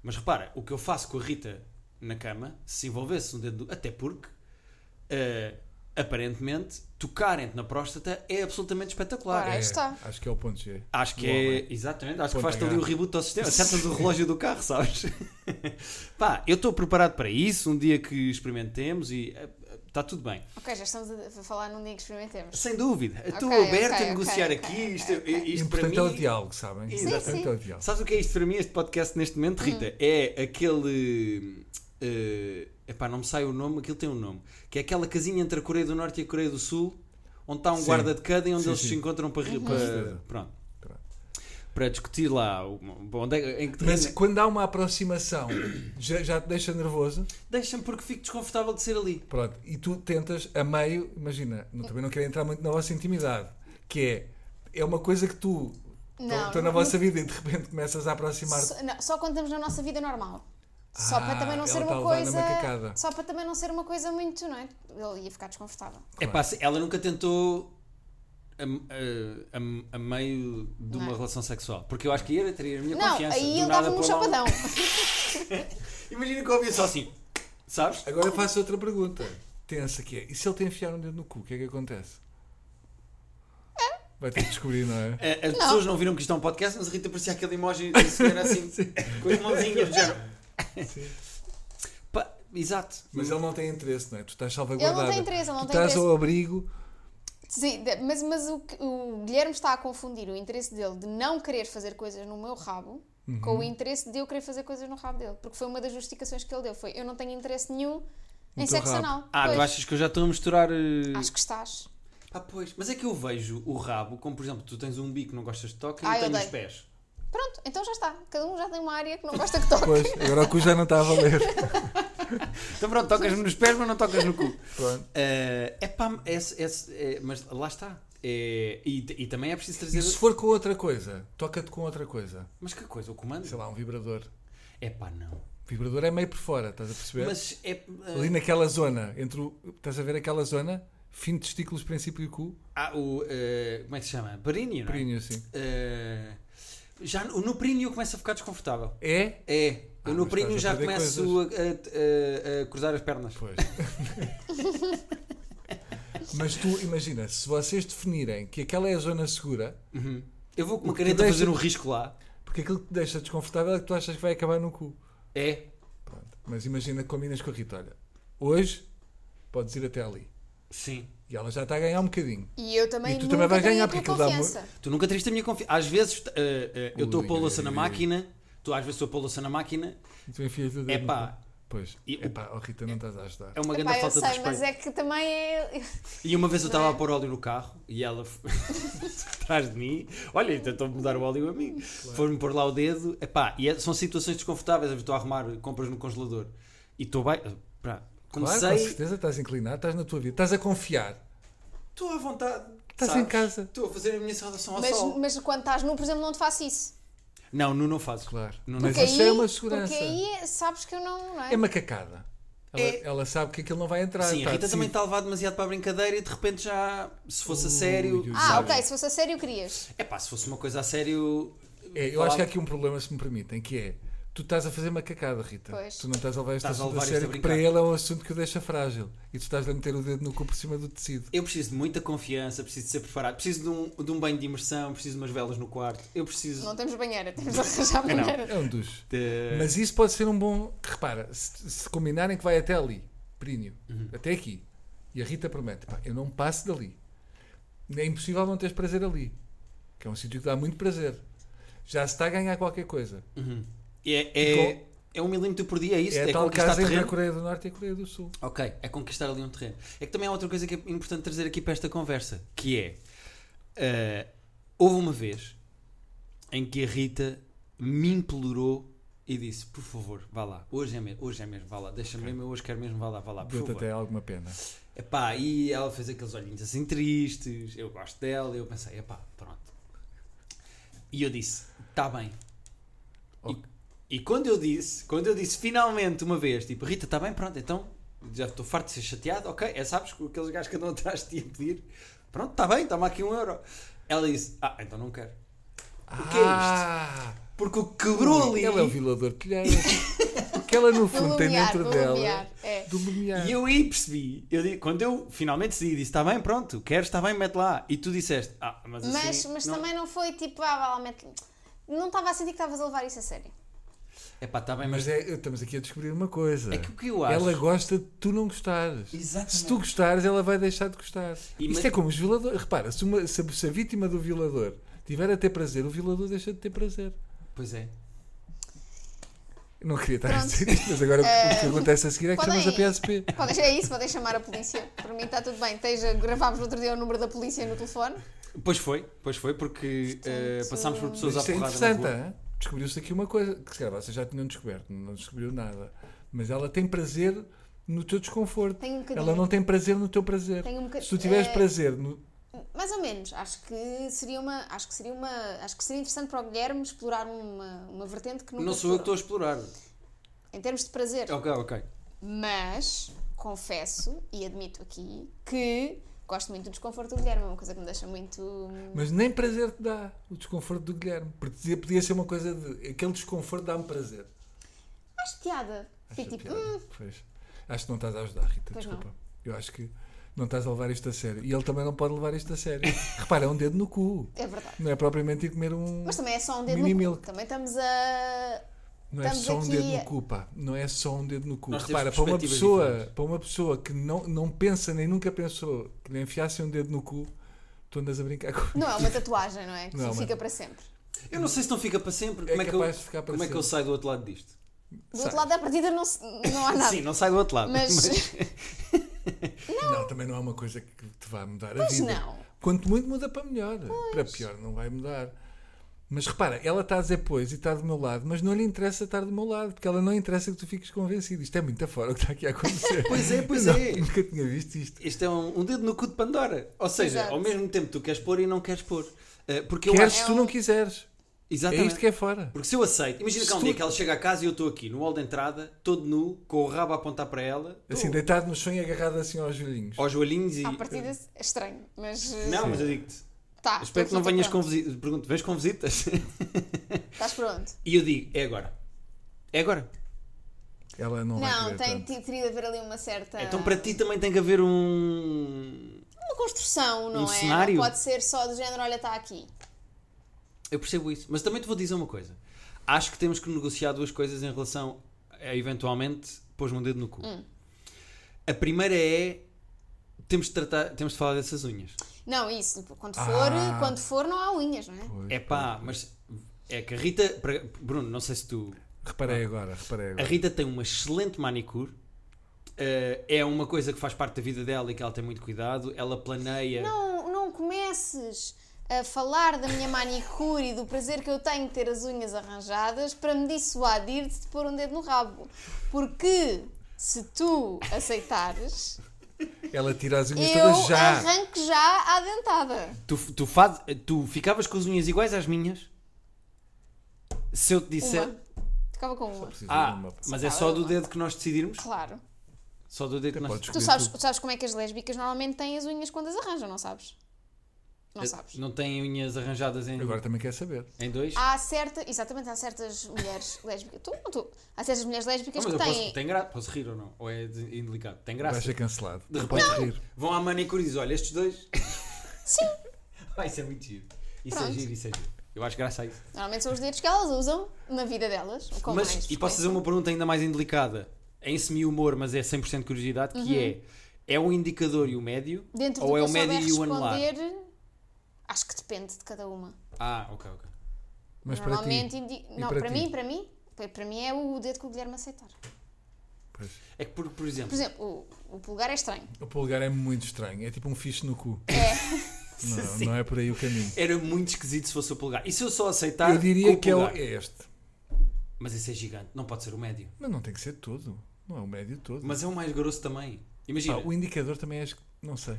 S1: Mas repara, o que eu faço com a Rita na cama, se envolvesse um dedo. Até porque, eh, aparentemente, tocarem-te na próstata é absolutamente espetacular.
S2: Ora, Aí
S3: É,
S2: está.
S3: Acho que é o ponto G.
S1: Acho que
S3: Do homem.
S1: é. Exatamente, acho que
S3: Ponto
S1: faz-te ali o
S3: H.
S1: reboot ao sistema. Acertas
S3: [LAUGHS]
S1: o relógio do carro, sabes? [LAUGHS] Pá, eu estou preparado para isso. Um dia que experimentemos e está tudo bem.
S2: Ok, já estamos a a falar num dia que experimentemos.
S1: Sem dúvida. Estou
S2: Ok,
S1: aberto
S2: ok,
S1: a negociar
S2: ok,
S1: aqui.
S2: ok,
S1: isto
S2: ok.
S1: isto para
S3: Importante
S1: mim.
S3: é o diálogo, sabem?
S1: Sim,
S3: Importante
S2: sim.
S3: é o diálogo.
S1: Sabes o que é isto para mim, este podcast neste
S2: Hum.
S1: momento, Rita? É aquele. eh, epá, não me sai o nome, aquilo tem um nome. Que é aquela casinha entre a Coreia do Norte e a Coreia do Sul, onde está um
S3: Sim.
S1: guarda de cada e onde
S3: Sim,
S1: eles
S3: sim.
S1: se encontram para.
S2: Uhum.
S1: para-
S3: certeza.
S1: pronto.
S3: Pronto.
S1: Para discutir lá. o- Onde é, em que
S3: Mas quando há uma aproximação, já, já te deixa nervoso.
S1: Deixa-me porque fico desconfortável de ser ali.
S3: Pronto, e tu tentas, a meio, imagina, não- também não quero entrar muito na vossa intimidade, que é, é uma coisa que tu
S2: Não,
S3: estão na
S2: não-
S3: vossa vida e de repente começas a aproximar
S2: Só, não, só quando estamos na nossa vida normal. Só
S3: Ah,
S2: para também não
S3: ela
S2: ser
S3: está a
S2: uma
S3: levar numa
S2: coisa.
S3: cacada.
S2: Só para também não ser uma coisa muito, não é? Ele ia ficar desconfortável.
S1: É pá, se- ela nunca tentou a, a- a- a meio de uma
S2: Não. é?
S1: relação sexual. Porque eu acho que ia ter a minha
S2: Não,
S1: confiança.
S2: aí
S1: Do
S2: ele
S1: nada
S2: dava-me um
S1: pôr lá
S2: chapadão. [LAUGHS]
S1: Imagina que eu ouvia só assim, sabes?
S3: Agora eu faço outra pergunta. Tensa que é. E se ele te enfiar um dedo no cu, o que é que acontece? Vai ter que descobrir, não é?
S1: Eh, As pessoas não viram que isto é um podcast, mas a Rita parecia aquele emoji de senhora
S3: [LAUGHS]
S1: assim, com as mãozinhas. do género.
S3: Sim.
S1: Pá, exato.
S3: Mas ele não tem interesse, não é? Tu estás
S2: Ele
S3: salvaguardado.
S2: não tem interesse, ele não
S3: tu
S2: tem
S3: estás
S2: interesse.
S3: ao abrigo.
S2: Sim, de- mas, mas o, que- o Guilherme está a confundir o interesse dele de não querer fazer coisas no meu rabo com
S3: Uhum.
S2: o interesse de eu querer fazer coisas no rabo dele. Porque foi uma das justificações que ele deu. Foi eu não tenho interesse nenhum em
S3: teu
S2: sexo
S3: rabo.
S2: anal.
S1: Ah, tu
S2: Pois.
S1: achas que eu já estou a misturar. eh,
S2: Acho que estás.
S1: Ah, pois. Mas é que eu vejo o rabo, como por exemplo, tu tens um bico que não gostas de toque e
S2: Ah,
S1: eu
S2: eu
S1: tenho os
S2: odeio.
S1: pés.
S2: Pronto, então já está. Cada um já tem uma área que não
S3: [LAUGHS]
S2: gosta que toque.
S3: Pois, agora o cu já não está
S2: [LAUGHS]
S3: a valer.
S1: Então pronto, tocas-me nos pés, mas não tocas no
S2: [LAUGHS]
S1: cu.
S3: Pronto.
S1: Eh, é pá, esse- esse- é- mas lá está. É, e, e também é preciso
S3: E
S1: trazer.
S3: se for com outra coisa, toca-te com outra coisa.
S1: Mas que coisa, o comando?
S3: Sei lá, um vibrador.
S1: É pá, não.
S3: Vibrador é meio por fora, estás a perceber?
S1: Mas é. eh,
S3: Ali naquela zona, entre o. Estás a ver aquela zona? Fim de testículos, princípio e cu,
S1: há o. eh, como é que se chama? Períneo, não é?
S3: perinho assim.
S1: Eh, já no no períneo eu começo a ficar desconfortável.
S3: É?
S1: É.
S3: Ah,
S1: eu no
S3: mas
S1: períneo já
S3: estás a perder
S1: começo a, a- a- a cruzar as pernas. [LAUGHS]
S3: Pois. Mas tu imagina, se vocês definirem que aquela é a zona segura,
S1: Uhum. Eu vou com uma
S3: O que
S1: caneta
S3: deixa-
S1: fazer um risco lá.
S3: porque aquilo que te deixa desconfortável é que tu achas que vai acabar no cu.
S1: É.
S3: Pronto. Mas imagina que combinas com a Rita, olha, hoje podes ir até ali.
S1: Sim.
S3: E ela já está a ganhar um bocadinho.
S2: E eu também
S3: E tu
S2: nunca
S3: também vais
S2: ganhei
S3: ganhar,
S2: a tua
S3: porque aquilo dá
S2: confiança.
S1: Tu nunca teriste a minha confiança. Às vezes eh, eh, eu estou a
S3: Ui,
S1: pôr a louça
S3: ui,
S1: na
S3: ui.
S1: máquina. Tu às vezes estou a pôr a louça na máquina.
S3: E tu enfias o dedo
S1: É
S3: no
S1: pá.
S3: cu. Pois.
S1: E-
S3: É pá, oh Rita, não estás a ajudar.
S1: É uma grande
S2: Epá, eu
S1: falta de
S2: sei,
S1: respeito.
S2: mas é que também é.
S1: E uma vez eu
S2: Não
S1: estava
S2: é?
S1: a pôr óleo no carro e ela f- [LAUGHS] atrás de mim, olha, e tentou mudar o óleo a mim. Foi-me pôr lá o dedo, epá, e é- são situações desconfortáveis. Eu Estou a arrumar compras no congelador e estou bem. pá,
S3: Claro,
S1: comecei,
S3: com certeza estás inclinado, estás na tua vida, estás a confiar.
S1: estou à vontade.
S3: Estás
S1: sabes?
S3: em casa.
S1: Estou a fazer a minha saudação ao
S2: Mas,
S1: sol.
S2: mas quando estás nu, por exemplo, não te faço isso.
S1: Não, nu não fazes.
S3: Claro.
S1: Nu não
S3: Mas
S1: faço.
S2: Porque
S3: isso é
S2: aí-
S3: uma segurança.
S2: Porque aí sabes que eu não. não é?
S3: É macacada. Ela,
S1: É.
S3: ela sabe que aquilo não vai entrar.
S1: Sim, a
S3: tá
S1: Rita também
S3: decidido.
S1: está a levar demasiado para a brincadeira e de repente já, se fosse a
S3: Ui,
S1: sério.
S3: ui, ui.
S2: Ah,
S1: sabes?
S2: ok, se fosse a sério, querias.
S1: Epá, se fosse uma coisa a sério.
S3: É, eu acho que há aqui um problema, se me permitem, que é tu estás a fazer macacada, Rita.
S2: Pois.
S3: Tu não estás a levar este
S1: Estás a
S3: assunto a
S1: levar isto
S3: sério,
S1: a
S3: que
S1: brincar.
S3: para ele é um assunto que o deixa frágil. E tu estás a meter o dedo no cu por cima do tecido.
S1: Eu preciso de muita confiança, preciso de ser preparado, preciso de um, de um banho de imersão, preciso de umas velas no quarto, eu preciso
S2: Não temos banheira, temos de arranjar
S1: É, não.
S2: banheira.
S3: É um duche.
S1: de.
S3: Mas isso pode ser um bom. Repara, se, se combinarem que vai até ali, Períneo,
S1: Uhum.
S3: até aqui, e a Rita promete, pá, eu não passo dali. É impossível não teres prazer ali. Que é um sítio que dá muito prazer. Já se está a ganhar qualquer coisa.
S1: É, é, é um milímetro por dia, é isso?
S3: é
S1: É,
S3: a tal
S1: conquistar
S3: casa entre a
S1: terreno.
S3: Coreia do Norte e a Coreia do Sul.
S1: Ok, é conquistar ali um terreno. É que também há outra coisa que é importante trazer aqui para esta conversa, que é eh, houve uma vez em que a Rita me implorou e disse, por favor, vá lá, hoje é mesmo, hoje é mesmo, vá lá, deixa-me mesmo, eu hoje quero mesmo, vá lá, vá lá, por
S3: Deu-te
S1: favor.
S3: até alguma pena.
S1: Epá, e ela fez aqueles olhinhos assim tristes, eu gosto dela, eu pensei, epá, pronto. E eu disse, está bem.
S3: Ok.
S1: E, e quando eu disse, quando eu disse finalmente uma vez, tipo, Rita, está bem, pronto, então, já estou farto de ser chateado, ok, é, sabes, com aqueles gajos que tá andam atrás de ti a pedir, pronto, está bem, toma aqui um euro. Ela disse, ah, então não quero. O que é isto? Porque o que quebrou ali.
S3: Ah! Ela é o violador de telheiros. Porque ela, no fundo, tem
S2: lumiar,
S3: dentro
S2: do
S3: dela.
S2: lumiar, é.
S3: Do lumiar.
S1: E eu aí percebi, eu di- quando eu finalmente decidi, disse: está bem, pronto, queres, está bem, mete lá. E tu disseste: ah, mas assim.
S2: Mas, mas
S1: não...
S2: também não foi tipo, ah, vá lá, mete- Não estava a sentir que estavas a levar isso a sério.
S1: É pá, está bem, mas.
S3: Mas é- estamos aqui a descobrir uma coisa.
S1: É que o que eu acho.
S3: Ela gosta de tu não gostares.
S1: Exatamente.
S3: Se tu gostares, ela vai deixar de gostar.
S1: E
S3: Isto
S1: mas-
S3: é como os violadores. Repara, se, uma- se a, se a vítima do violador tiver a ter prazer, o violador deixa de ter prazer.
S1: Pois é.
S3: Eu não queria estar a
S2: Pronto.
S3: dizer isto, mas agora o que- o que acontece a seguir é que
S2: podem-
S3: chamas a PSP.
S2: Podem, é isso, podem chamar a polícia. Para mim está tudo bem. Tens, gravámos no outro dia o número da polícia no telefone.
S1: Pois foi, pois foi, porque eh, passámos por pessoas à
S3: é Isto é
S1: porrada. na
S3: interessante,
S1: rua.
S3: hã? descobriu-se aqui uma coisa que se calhar vocês já tinham descoberto, não descobriu nada. Mas ela tem prazer no teu desconforto.
S2: Tenho um bocadinho.
S3: Ela não tem prazer no teu prazer.
S2: Tem um boca-
S3: Se tu tiveres
S2: é-
S3: prazer no.
S2: Mais ou menos. Acho que seria uma. Acho que seria uma. Acho que seria interessante para o Guilherme explorar uma, uma vertente que nunca
S1: Não sou eu que estou
S2: explorou.
S1: a explorar. É
S2: Em termos de prazer.
S1: Ok, ok.
S2: Mas confesso e admito aqui que gosto muito do desconforto do Guilherme. É uma coisa que me deixa muito. hum,
S3: Mas nem prazer te dá o desconforto do Guilherme. Porque podia- podia ser uma coisa de. Aquele desconforto dá-me prazer.
S2: Acho piada.
S3: Acho
S2: Fico tipo.
S3: piada.
S2: "Hum,
S3: Pois. Acho que não estás a ajudar, Rita,
S2: Pois
S3: desculpa. Eu acho que não estás a levar isto a sério. E ele também não pode levar isto a sério.
S2: [LAUGHS]
S3: Repara, é um dedo no cu.
S2: é verdade.
S3: Não é propriamente ir comer um.
S2: Mas também é só um dedo
S3: Mini
S2: no cu.
S3: milk.
S2: Também estamos a.
S3: Não é
S2: Estamos
S3: só um
S2: aqui
S3: dedo
S2: a-
S3: no cu, pá. Não é só um dedo no cu.
S1: Nós temos
S3: Repara, para uma,
S1: perspectivas
S3: pessoa,
S1: diferentes.
S3: para uma pessoa que não, não pensa nem nunca pensou que lhe enfiassem um dedo no cu, tu andas a brincar com
S2: Não é uma tatuagem, não é? Que
S3: Tipo, Não, mas-
S2: fica para sempre.
S1: Eu não sei se não fica para sempre.
S3: É
S1: como é que eu,
S3: capaz de ficar para
S1: como é que eu
S3: sempre.
S1: saio do outro lado disto?
S2: Do outro lado da partida não, se- Ah, não há nada.
S1: Sim, não saio do outro lado.
S2: Mas-
S3: Não. também não é uma coisa que te vá mudar a
S2: [LAUGHS] Mas
S3: vida.
S2: não.
S3: Quanto muito muda para melhor. Para pior não vai mudar. Mas repara, ela está a dizer pois e está do meu lado, mas não lhe interessa estar do meu lado, porque ela não interessa que tu fiques convencido. Isto é muito afora o que está aqui a acontecer.
S1: [LAUGHS] Pois é, pois
S3: Eu
S1: é.
S3: Nunca tinha visto isto.
S1: Este é um, um dedo no cu de Pandora. Ou seja,
S2: Exato.
S1: ao mesmo tempo tu queres pôr e não queres pôr. Eh, porque eu
S3: Queres
S1: acho.
S3: se tu não quiseres. É
S1: Exatamente.
S3: isto que é fora.
S1: Porque se eu aceito, imagina que há um
S3: Se tu-
S1: dia que ela chega a casa e eu estou aqui no hall de entrada, todo nu, com o rabo a apontar para ela, tô-
S3: Assim, deitado no chão e agarrado assim aos joelhinhos.
S1: aos joelhinhos e.
S2: À partida
S3: eh,
S2: é estranho, mas. eh,
S1: Não, mas eu digo-te,
S2: Tá,
S1: espero que
S2: estou-
S1: não venhas com
S2: estou
S1: visitas. Pergunto, vens com visitas?
S2: pronto. Estás Tá pronto?
S1: E eu digo, é agora. É agora.
S3: Ela não, vai
S2: Não,
S3: querer
S2: tem
S3: tanto.
S2: ti- teria de haver ali uma certa.
S1: Então para ti também tem que haver um.
S2: Uma construção, não é?
S1: cenário?
S2: Não pode ser só do género, olha, está aqui.
S1: Eu percebo isso, mas também te vou dizer uma coisa. Acho que temos que negociar duas coisas em relação a eventualmente pôs-me um dedo no cu. A primeira é temos de tratar, temos de falar dessas unhas.
S2: Não, isso, quando
S3: Ah.
S2: for, quando for não há unhas, não é?
S3: Pois,
S1: É pá, mas é que a Rita, para- Bruno, não sei se tu, Ah.
S3: Reparei agora, reparei
S1: a
S3: agora.
S1: Rita tem uma excelente manicure. eh, é uma coisa que faz parte da vida dela e que ela tem muito cuidado. Ela planeia.
S2: Não, não comeces a falar da minha manicure e do prazer que eu tenho de ter as unhas arranjadas para me dissuadir de te pôr um dedo no rabo. Porque se tu aceitares,
S3: Ela tira as unhas
S2: eu
S3: todas já.
S2: arranco já à dentada.
S1: Tu, tu, faz, tu ficavas com as unhas iguais às minhas? Se eu te disser.
S3: é-
S2: Uma. Ficava com uma.
S3: Preciso de
S1: Ah,
S3: uma-
S1: mas é só do dedo que nós decidirmos?
S2: Claro.
S1: Só do dedo que nós
S3: Podes
S2: Tu
S3: escolher
S2: sabes,
S3: tudo.
S2: tu sabes como é que as lésbicas normalmente têm as unhas quando as arranjam, não sabes?
S3: É,
S2: Não sabes. Ah,
S1: Não têm unhas arranjadas em,
S3: Agora também quer saber.
S1: em dois?
S2: Há certa, exatamente, há certas mulheres lésbicas. Tu, não tu, há certas mulheres
S1: Não,
S2: lésbicas
S1: mas
S2: que
S1: eu
S2: têm.
S1: posso, tem gra... posso rir ou não? Ou é de- indelicado? Tem
S3: Vai
S1: graça.
S3: ser cancelado. Não podes rir.
S1: Vão à manicure e dizem, olha, estes dois. [LAUGHS]
S2: Sim.
S1: Vai, isso é muito giro. Isso é
S2: Pronto.
S1: giro, isso é giro. Eu acho graça a isso.
S2: Normalmente são os dedos que elas usam na vida delas. Com mais
S1: Mas, e posso fazer
S2: frequência.
S1: uma pergunta ainda mais indelicada? Em semi-humor, mas é 100% curiosidade, que é... É o indicador e o médio?
S2: Uhum. Dentro do
S1: ou é o
S2: que eu souber
S1: médio e o anular?
S2: responder, acho que depende de cada uma.
S1: Ah, ok, ok.
S3: Mas para
S2: Normalmente,
S3: ti.
S2: indi-
S3: E
S2: não,
S3: para
S2: para,
S3: ti?
S2: mim, para mim, pa- para mim é o dedo que o Guilherme aceitar.
S3: Pois.
S1: É que, por, por exemplo...
S2: Por exemplo, o, o pulgar é estranho.
S3: O polegar é muito estranho. É tipo um fixe no cu.
S2: É,
S3: [LAUGHS]
S2: [LAUGHS]
S3: Não, não é por aí o caminho.
S1: Era muito esquisito se fosse o polegar. E se eu só aceitar
S2: tá
S3: Eu diria
S1: o
S3: que é, o-
S1: polegar?
S3: é este.
S1: Mas esse é gigante. Não pode ser o médio.
S3: Mas não tem que ser todo. Não é o médio todo.
S1: Mas é o mais grosso também. Imagina,
S3: Pá, o indicador também é. esqui- Não sei.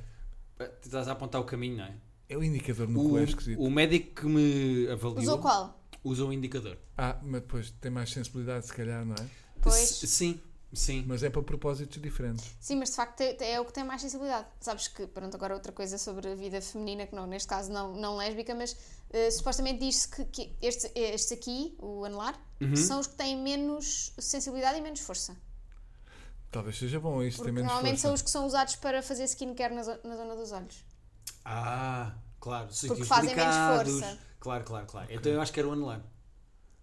S1: tu estás a apontar o caminho, não é?
S3: É o indicador no cu é esquisito.
S1: O, o médico que me avaliou
S2: usou qual?
S1: usou um indicador.
S3: Ah, mas depois tem mais sensibilidade, se calhar, não é?
S2: Pois.
S1: S- Sim, Sim.
S3: mas é para propósitos diferentes.
S2: Sim, mas de facto é, é o que tem mais sensibilidade. Sabes que, pronto, agora outra coisa sobre a vida feminina, que não, neste caso não, não lésbica, mas eh, supostamente diz-se que, que estes, estes aqui, o anelar,
S3: Uhum.
S2: são os que têm menos sensibilidade e menos força.
S3: Talvez seja bom isso,
S2: Porque
S3: tem menos
S2: normalmente
S3: força.
S2: são os que são usados para fazer skincare na, zo- na zona dos olhos.
S1: Ah, claro. sítios
S2: fazem menos
S1: delicados.
S2: força.
S1: Claro, claro, claro. Então eu acho que era o anelar.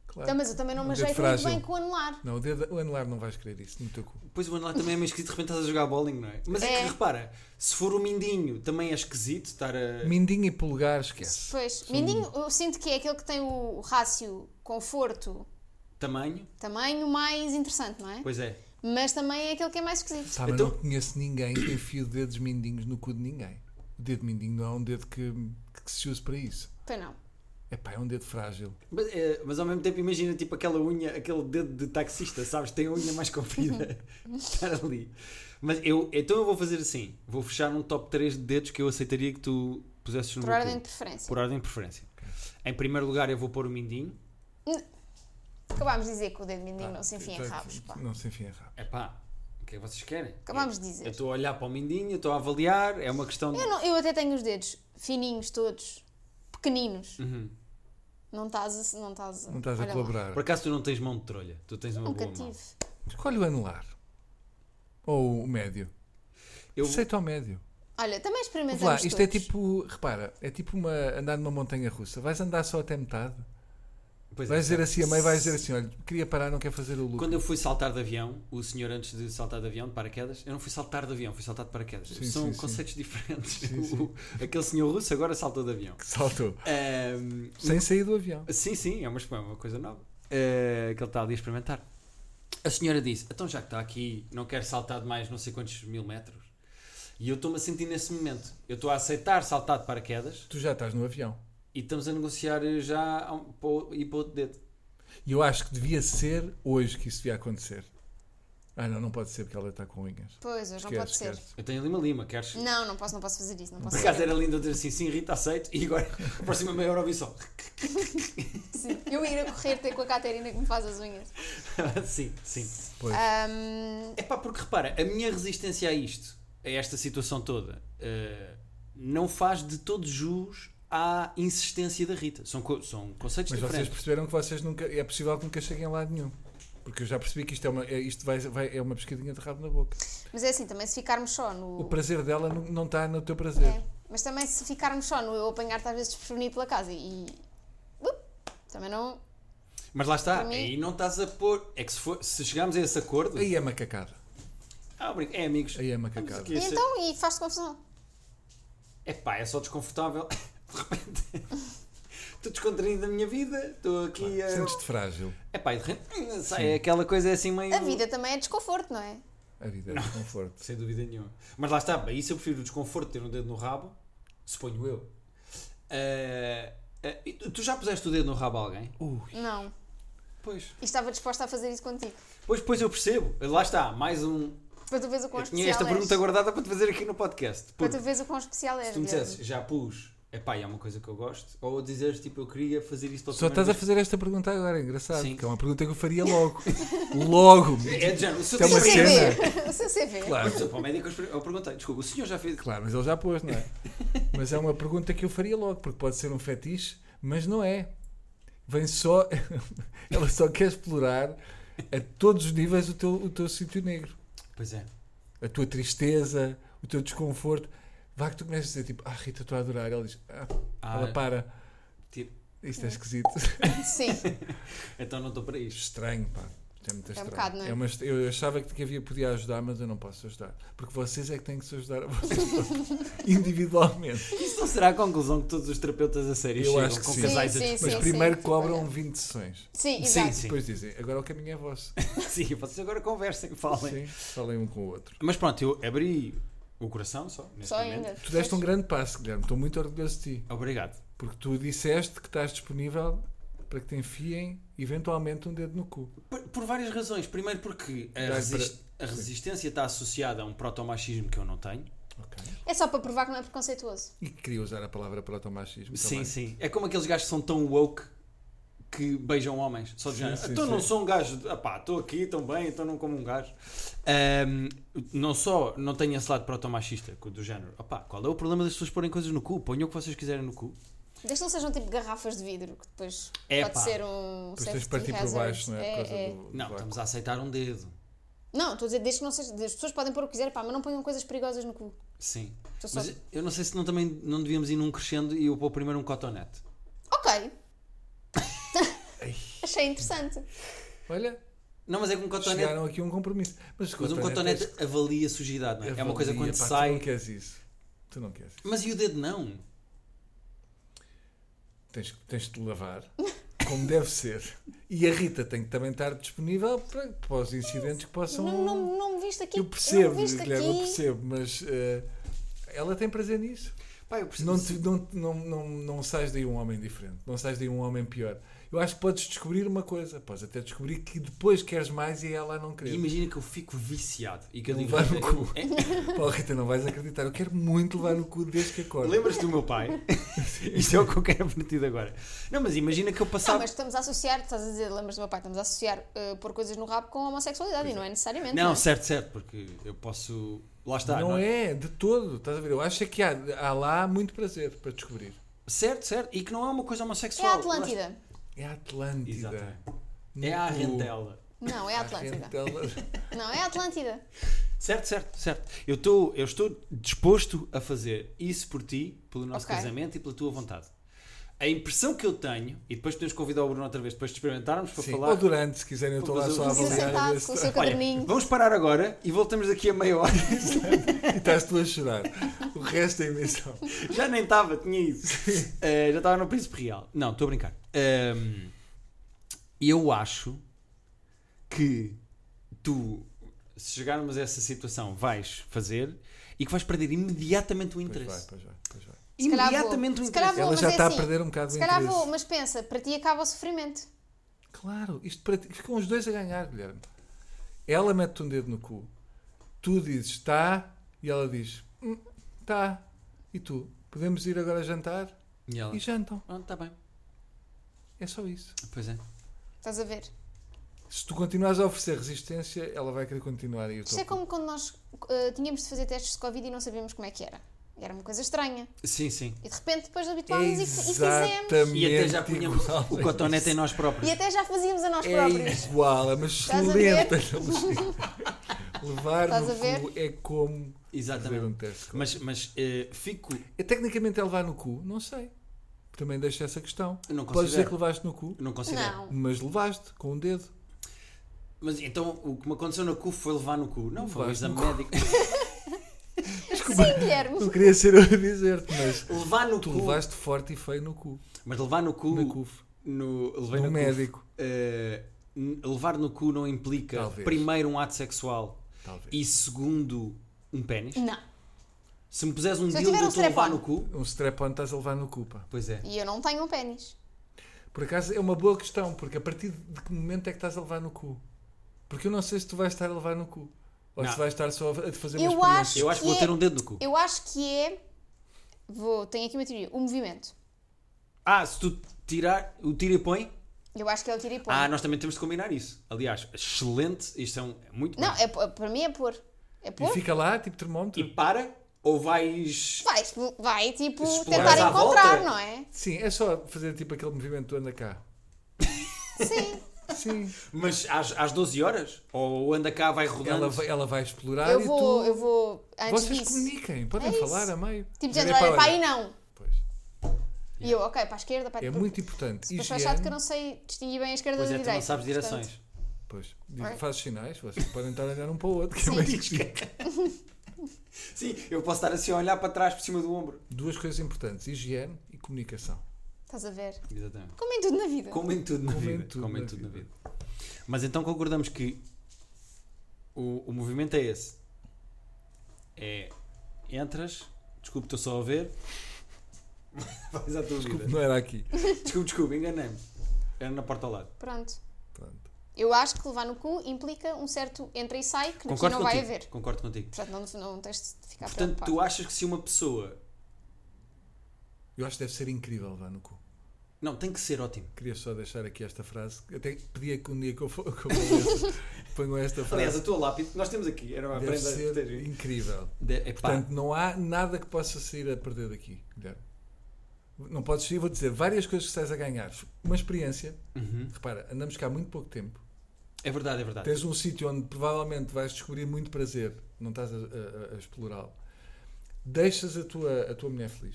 S3: Claro.
S2: Então, mas eu também não me
S3: Um dedo
S2: ajeito muito
S3: frágil.
S2: bem com o anelar.
S3: Não, o, dedo, o anular não vais querer isso no teu cu.
S1: Pois o anelar também é meio esquisito, de repente estás a jogar bowling, não é? Mas é,
S2: É.
S1: que repara, se for o mindinho, também é esquisito estar a.
S3: Mindinho e polegar, esquece.
S2: Pois, mindinho, eu sinto que é aquele que tem o rácio conforto,
S1: Tamanho?
S2: tamanho mais interessante, não é?
S1: Pois é.
S2: Mas também é aquele que é mais esquisito.
S3: Sabe,
S1: Então-
S3: eu não conheço ninguém que enfie dedos mindinhos no cu de ninguém. O dedo mindinho não é um dedo que, que se use para isso.
S2: Pois não.
S3: É pá, é um dedo frágil.
S1: Mas, é, mas ao mesmo tempo imagina tipo aquela unha, aquele dedo de taxista, sabes? Tem a unha mais
S2: [LAUGHS]
S1: comprida. Estar ali. Mas eu, então eu vou fazer assim: vou fechar um top 3 de dedos que eu aceitaria que tu pusesses no
S2: Por
S1: meu
S2: ordem de
S1: cu.
S2: preferência.
S1: Por ordem de preferência. Em primeiro lugar, eu vou pôr o mindinho.
S2: Acabámos de dizer que o dedo mindinho
S3: Pá,
S2: não se enfia em
S3: então,
S2: rabos, é pá.
S3: Não se enfia em rabos.
S1: É pá, o que é que vocês querem?
S2: Acabámos de
S1: Eu
S2: dizer.
S1: estou a olhar para o mindinho, eu estou a avaliar, é uma questão de.
S2: Eu, não- eu até tenho os dedos fininhos todos, pequeninos. Não estás a. Não estás a,
S3: Uhum. Não estás a
S2: olha lá.
S3: colaborar.
S1: Por acaso tu não tens mão de trolha, tu tens uma
S2: Nunca
S1: boa mão.
S2: tive.
S3: Escolhe o anular. Ou o médio.
S1: Eu,
S3: Aceita o médio.
S2: Olha, também experimentamos.
S3: Vamos lá, isto é
S2: todos.
S3: tipo, repara, é tipo uma, andar numa montanha russa. Vais andar só até metade.
S1: pois é,
S3: Vais dizer assim, a mãe vai dizer assim: olha, queria parar, não quer fazer o lucro.
S1: Quando eu fui saltar de avião, o senhor antes de saltar de avião, de paraquedas, eu não fui saltar de avião, fui saltar de paraquedas.
S3: Sim,
S1: São
S3: sim, sim.
S1: conceitos diferentes.
S3: Sim, sim.
S1: [LAUGHS] O- aquele senhor russo agora saltou de avião.
S3: Que saltou.
S1: Ahm,
S3: Sem sair do avião.
S1: sim, sim, é uma, é uma coisa nova ah, que ele está ali a experimentar. A senhora disse: Então, já que está aqui, não quero saltar de mais não sei quantos mil metros. E eu estou-me a sentir nesse momento. Eu estou a aceitar saltar de paraquedas
S3: Tu já estás no avião.
S1: e estamos a negociar já a um- para o- e para o outro dedo.
S3: E eu acho que devia ser hoje que isso devia acontecer. Ah, não, não pode ser porque ela está com unhas.
S2: Pois, hoje não pode
S3: Esquece,
S2: ser.
S3: esquece.
S1: Eu tenho lima-lima, queres?
S2: Não, não posso, não posso fazer isso. Não
S1: Por
S2: posso fazer.
S1: acaso era lindo eu dizer assim, sim, Rita, aceito. E agora, a próxima meia hora ouvi só. [LAUGHS]
S2: Sim, Eu ir a correr ter com a Catarina que me faz as unhas.
S1: sim, sim.
S3: Pois.
S2: Ahm,
S1: É pá, porque repara, a minha resistência a isto, a esta situação toda, eh, não faz de todo jus à insistência da Rita. São, co- são conceitos
S3: Mas vocês
S1: diferentes.
S3: perceberam que vocês nunca. É possível que nunca cheguem a lado nenhum. Porque eu já percebi que isto é uma, é, isto vai, vai- é uma pescadinha de rabo na boca.
S2: mas é assim, também se ficarmos só
S3: O
S2: no.
S3: prazer dela não não está no teu prazer.
S2: é, Mas também se ficarmos só no eu apanhar-te às vezes desprevenido pela casa e. Up, também não.
S1: Mas lá está,
S2: Para mim-
S1: aí não estás a pôr. É que se, for- se chegarmos a esse acordo.
S3: Aí é macacada.
S1: Ah, brinca- é amigos.
S3: Aí é macacada.
S2: E então, e faz-te confusão.
S1: É pá, é só desconfortável. [LAUGHS] De repente. [LAUGHS] Estou descontraindo da minha vida, estou aqui a.
S3: Sentes-te frágil.
S1: É pá, e de repente. Sai, aquela coisa é assim meio.
S2: A vida também é desconforto, não é?
S3: A vida é desconforto.
S1: Sem dúvida nenhuma. Mas lá está, bem, isso eu prefiro o desconforto de ter um dedo no rabo, suponho eu. Ah, ah, e tu tu já puseste o dedo no rabo a alguém?
S3: Ui.
S2: Não.
S1: Pois.
S2: E estava disposta a fazer isso contigo.
S1: Pois, pois eu percebo. Lá está, mais um.
S2: Para tu veres o quão
S1: Eu
S2: especial
S1: tinha esta
S2: és.
S1: pergunta guardada para te fazer aqui no podcast.
S2: Para
S1: Porque
S2: tu veres o quão especial és.
S1: se tu me
S2: Diogo.
S1: dissesses, já pus, epá, é uma coisa que eu gosto, ou dizeres tipo, eu queria fazer isso pela
S3: Só
S1: primeira
S3: estás a
S1: vez.
S3: fazer esta pergunta agora, é engraçado.
S1: Sim.
S3: Que é uma pergunta que eu
S1: [LAUGHS]
S3: faria logo. logo!
S1: É de género, se eu
S3: Isto é uma
S2: O
S1: disser-
S2: seu
S3: cena.
S2: CV. O seu CV.
S1: Por
S3: Claro,
S1: exemplo, ao médico eu expre- eu perguntei, desculpa, o senhor já fez.
S3: claro, mas ele já pôs,
S2: [LAUGHS]
S3: não é? Mas é uma pergunta que eu faria logo, porque pode ser um fetiche, mas não é. Vem só. [LAUGHS] Ela só quer explorar a todos os níveis o teu, o teu sítio negro.
S1: Pois é.
S3: A tua tristeza, o teu desconforto. Vá que tu começas a dizer tipo, ah Rita, estou a adorar. Ela diz, ah,
S1: Ah,
S3: ela para.
S1: tipo,
S3: Isto é
S2: [LAUGHS]
S3: esquisito.
S2: Sim.
S1: então não estou para isto.
S3: Estranho, pá. Isto É, muito estranho.
S2: bocado, não é?
S3: uma est- eu achava que havia podia ajudar, mas eu não posso ajudar. Porque vocês é que têm que se ajudar
S2: [LAUGHS]
S3: a vocês [LAUGHS] próprios, individualmente.
S1: Isso não será a conclusão que todos os terapeutas a sério
S3: Eu
S1: chegam
S3: acho que
S1: com
S3: sim.
S1: casais
S2: Sim,
S1: a
S2: sim,
S3: Mas
S2: sim.
S3: primeiro
S2: tipo,
S3: cobram
S2: olha.
S3: 20 sessões.
S2: Sim,
S1: Sim,
S2: exato.
S1: sim.
S3: Depois dizem, agora o caminho
S1: [LAUGHS]
S3: é vosso.
S1: Sim, vocês agora conversem, falem.
S3: Sim, falem um com o outro.
S1: Mas pronto, eu abri o coração só, neste
S2: Só
S1: momento.
S2: ainda.
S3: Tu deste um grande passo, Guilherme. Estou muito orgulhoso de ti.
S1: Obrigado.
S3: Porque tu disseste que estás disponível para que te enfiem eventualmente um dedo no cu.
S1: Por, por várias razões. Primeiro porque a,
S3: Dá-lhe
S1: resist- a resistência está associada a um protomachismo que eu não tenho.
S3: Ok.
S2: É só para provar que não é preconceituoso.
S3: E queria usar a palavra protomachismo.
S1: sim,
S3: também.
S1: sim. É como aqueles gajos que são tão woke que beijam homens, só de
S3: Sim,
S1: género.
S3: sim,
S1: então não
S3: sim.
S1: sou um gajo, estou aqui tão bem, então não como um gajo. Ahm, não só não tenho esse lado protomachista co- do género, opá, qual é o problema das pessoas porem coisas no cu? Ponham o que vocês quiserem no cu.
S2: Desde que não sejam tipo garrafas de vidro, que depois
S1: É,
S2: pode
S1: pá.
S2: ser um
S3: Depois tens de
S2: safety
S3: partir por
S2: hazard.
S3: baixo, não é?
S2: É,
S3: Por causa
S2: é.
S3: do- do
S1: Não,
S3: vácuo.
S1: estamos a aceitar um dedo.
S2: Não, estou a dizer, desde que não seja. As pessoas podem pôr o que quiserem, pá, mas não ponham coisas perigosas no cu.
S1: Sim.
S2: Estou Então só.
S1: Mas eu não sei se não também não devíamos ir num crescendo e eu pôr primeiro um cotonete.
S3: [LAUGHS]
S2: Ok. Achei interessante.
S3: Olha,
S1: Não, mas é que um cotonete.
S3: chegaram aqui a um compromisso. Mas,
S1: Mas um cotonete avalia a sujidade, não é? é uma coisa quando
S3: pá, Tu
S1: sai.
S3: não queres isso. Tu não queres isso.
S1: Mas e o dedo não?
S3: Tens, tens de lavar, como deve ser. E a Rita tem que também estar disponível para, para os incidentes que possam.
S2: Não, não, não me viste aqui.
S3: eu percebo,
S2: não me viste
S3: Guilherme, eu
S2: aqui.
S3: percebo, mas eh, ela tem prazer nisso.
S1: Pá, eu percebo.
S3: Não, te, não, não, não, não sais daí um homem diferente, não sais daí um homem pior. Eu acho que podes descobrir uma coisa, podes até descobrir que depois queres mais e é ela não
S1: E
S3: quer.
S1: imagina que eu fico viciado e que eu digo.
S3: Levar no cu.
S1: É,
S3: Paulo Rita, não vais acreditar, eu quero muito levar no cu desde que acordo.
S1: Lembras-te é, do meu
S3: [LAUGHS]
S1: pai? Isto é o que eu quero a partir de agora. Não, mas imagina que eu
S2: Não,
S1: passava.
S2: mas estamos a associar, estás a dizer, lembras do meu pai, estamos a associar eh, pôr coisas no rabo com homossexualidade e não é necessariamente.
S1: Não,
S2: é?
S1: certo, certo, porque eu posso. Lá está.
S3: não é, de todo, estás a ver? Eu acho é que há, há lá muito prazer para descobrir.
S1: Certo, certo. E que não é uma coisa
S2: É a
S1: homossexual.
S2: Atlântida.
S3: É a Atlântida.
S1: Exatamente. É a rentela.
S2: Não, é a
S3: A
S2: Atlântida.
S1: então,
S3: Rentela.
S2: Não, é a Atlântida.
S1: Certo, certo, certo. Eu, tô, eu estou disposto a fazer isso por ti, pelo nosso
S2: Ok.
S1: casamento e pela tua vontade. A impressão que eu tenho, e depois podemos convidar o Bruno outra vez depois de experimentarmos para
S3: Sim,
S1: falar.
S3: Ou durante, se quiserem, eu estou lá
S1: Vou
S3: só a
S1: fazer
S2: Precisa
S1: um-
S3: avaliar.
S2: sentado
S3: a ver
S2: com o
S3: se-
S2: seu
S1: Olha,
S2: caderninho.
S1: vamos parar agora e voltamos daqui a meia hora. [LAUGHS]
S3: E estás tu a chorar. O resto é emissão.
S1: já nem estava, tinha isso. Eh, já estava no Príncipe Real. Não, estou a brincar. Ahm, eu acho que tu, se chegarmos a essa situação, vais fazer e que vais perder imediatamente o
S3: Pois vai,
S1: interesse.
S3: pois vai, pois vai.
S2: calhar vou.
S1: Imediatamente o
S2: Se calhar
S1: interesse.
S2: vou,
S3: Ela
S2: mas
S3: já
S2: é
S3: está
S2: assim.
S3: a perder um bocado
S2: Se
S3: de
S2: calhar
S3: interesse.
S2: vou, mas pensa, para ti acaba o sofrimento.
S3: Claro, isto para ti. Ficam os dois a ganhar, Guilherme. Ela mete-te um dedo no cu. Tu dizes está e ela diz "Hum, está. E tu, podemos ir agora jantar?
S1: E ela,
S3: E jantam.
S1: Pronto, está bem.
S3: É só isso.
S1: Pois é.
S2: Estás a ver?
S3: Se tu continuares a oferecer resistência, ela vai querer continuar a ir ao
S2: Isto
S3: teu
S2: é como quando nós eh, tínhamos de fazer testes de Covid e não sabíamos como é que era. E era uma coisa estranha.
S1: Sim, sim.
S2: E de repente depois habituámos e, e fizemos.
S3: Exatamente.
S1: E até já punhamos
S3: igual.
S1: o cotonete em nós
S2: E
S1: próprios.
S2: até já fazíamos a nós
S3: É
S2: próprios.
S3: igual, é uma
S2: a ver?
S3: excelente
S2: [LAUGHS]
S3: analogia. Levar
S2: Estás
S3: no
S2: a ver?
S3: cu é como fazer um
S1: Exatamente.
S3: teste.
S1: Mas, mas eh, fico.
S3: É, tecnicamente é levar no cu? Não sei. Também deixo essa questão.
S1: Eu não
S3: Podes dizer
S1: considero.
S3: que levaste no cu,
S1: Não consigo.
S2: Não.
S3: mas levaste com o dedo.
S1: Mas então o que me aconteceu no cu foi levar no cu. Não, foi um
S3: Levaste
S1: exame
S3: no cu.
S1: médico.
S3: [LAUGHS]
S2: Sim, Guilherme.
S3: Não queria ser eu a dizer-te, mas
S1: levar no
S3: tu
S1: cu.
S3: levaste forte e feio no cu.
S1: Mas levar no cu.
S3: Na cuf.
S1: No, levei
S3: No
S1: no cu.
S3: médico.
S1: Eh, n- levar no cu não implica,
S3: Talvez.
S1: primeiro, um ato sexual
S3: Talvez.
S1: e, segundo, um pênis.
S2: Não.
S1: Se me puseres um
S2: Se eu
S1: dildo,
S2: tiver um
S1: eu estou a levar
S2: strap-on.
S1: no cu.
S3: Um strap-on estás a levar no cu, pá.
S1: Pois é.
S2: E eu não tenho um pênis.
S3: Por acaso é uma boa questão, porque a partir de que momento é que estás a levar no cu? Porque eu não sei se tu vais estar a levar no cu. Ou
S1: Não.
S3: se vais estar só a fazer uma
S2: Eu
S3: experiência.
S2: acho-
S1: Eu acho que vou
S2: E é-
S1: ter um dedo no cu.
S2: Eu acho que é. Vou, tenho aqui uma teoria. O movimento.
S1: Ah, se tu tirar o tira e põe.
S2: Eu acho que é o tira e põe.
S1: Ah, nós também temos de combinar isso. Aliás, excelente. Isto é um, é muito
S2: não,
S1: bom.
S2: é, pô- para mim é pôr. É
S3: E
S2: pôr?
S3: fica lá, tipo
S1: E
S3: termómetro.
S1: para ou vais.
S2: Vai, vai tipo,
S1: Exploras
S2: tentar
S1: à
S2: encontrar,
S1: volta.
S2: não é?
S3: Sim, é só fazer tipo aquele movimento do anda cá.
S2: Sim.
S3: Sim.
S1: Mas às, às 12 horas? Ou anda cá, vai rodando?
S3: ela, vai, ela vai explorar
S2: eu
S3: e
S2: vou,
S3: tu.
S2: eu vou antes
S3: Vocês
S2: disso.
S3: comuniquem, podem
S2: É isso.
S3: falar a meio.
S2: Tipo,
S3: Dizer,
S2: dizendo,
S3: "Epá,
S2: olha, para
S3: olha."
S2: aí não.
S3: Pois.
S2: E eu, ok, para a esquerda, para a
S3: É
S2: porque-
S3: muito importante.
S2: Depois vai chato que eu
S3: Higiene.
S2: não sei distinguir bem a esquerda
S1: Pois
S2: da
S1: é, tu
S2: direita.
S1: não sabes direções.
S2: portanto.
S3: Pois.
S2: Vai.
S3: Faz sinais, vocês podem estar a olhar um para o outro. que é mais difícil.
S1: [LAUGHS] Sim, eu posso estar assim a olhar para trás por cima do ombro.
S3: Duas coisas importantes: higiene e comunicação.
S2: Estás a ver?
S1: Exatamente.
S2: Como em tudo na vida.
S1: Como em tudo na
S3: Como em
S1: vida.
S3: tudo
S1: como em
S3: na
S1: tudo na
S3: vida.
S1: vida. Mas então concordamos que o, o movimento é esse. É entras, desculpe, estou só a ver. [LAUGHS] Vais à tua
S3: Desculpe,
S1: vida.
S3: não era aqui.
S1: Desculpe, desculpe, enganei-me. Era na porta ao lado.
S2: Pronto.
S3: Pronto.
S2: Eu acho que levar no cu implica um certo entra e sai que aqui
S1: Concordo
S2: não vai
S1: contigo.
S2: haver.
S1: Concordo contigo.
S2: Portanto, não, não tens de ficar
S1: Portanto,
S2: preocupado.
S1: tu achas que se uma pessoa.
S3: Eu acho que deve ser incrível levar no cu.
S1: Não, tem que ser ótimo.
S3: Queria só deixar aqui esta frase. Até pedia que um dia que eu, fo- [LAUGHS] que eu fizesse, ponham esta
S1: Aliás,
S3: frase.
S1: a tua lápide, nós temos aqui, era uma
S3: Deve
S1: prenda de
S3: ser
S1: ter-
S3: incrível.
S1: de, epá,
S3: Portanto, não há nada que possa sair a perder daqui, Guilherme. Não podes sair, vou dizer, várias coisas que estás a ganhar. Uma experiência,
S1: uhum.
S3: repara, andamos cá há muito pouco tempo.
S1: É verdade, é verdade.
S3: Tens um sítio onde provavelmente vais descobrir muito prazer, não estás a, a- a- a explorá-lo. Deixas a tua, a tua mulher feliz.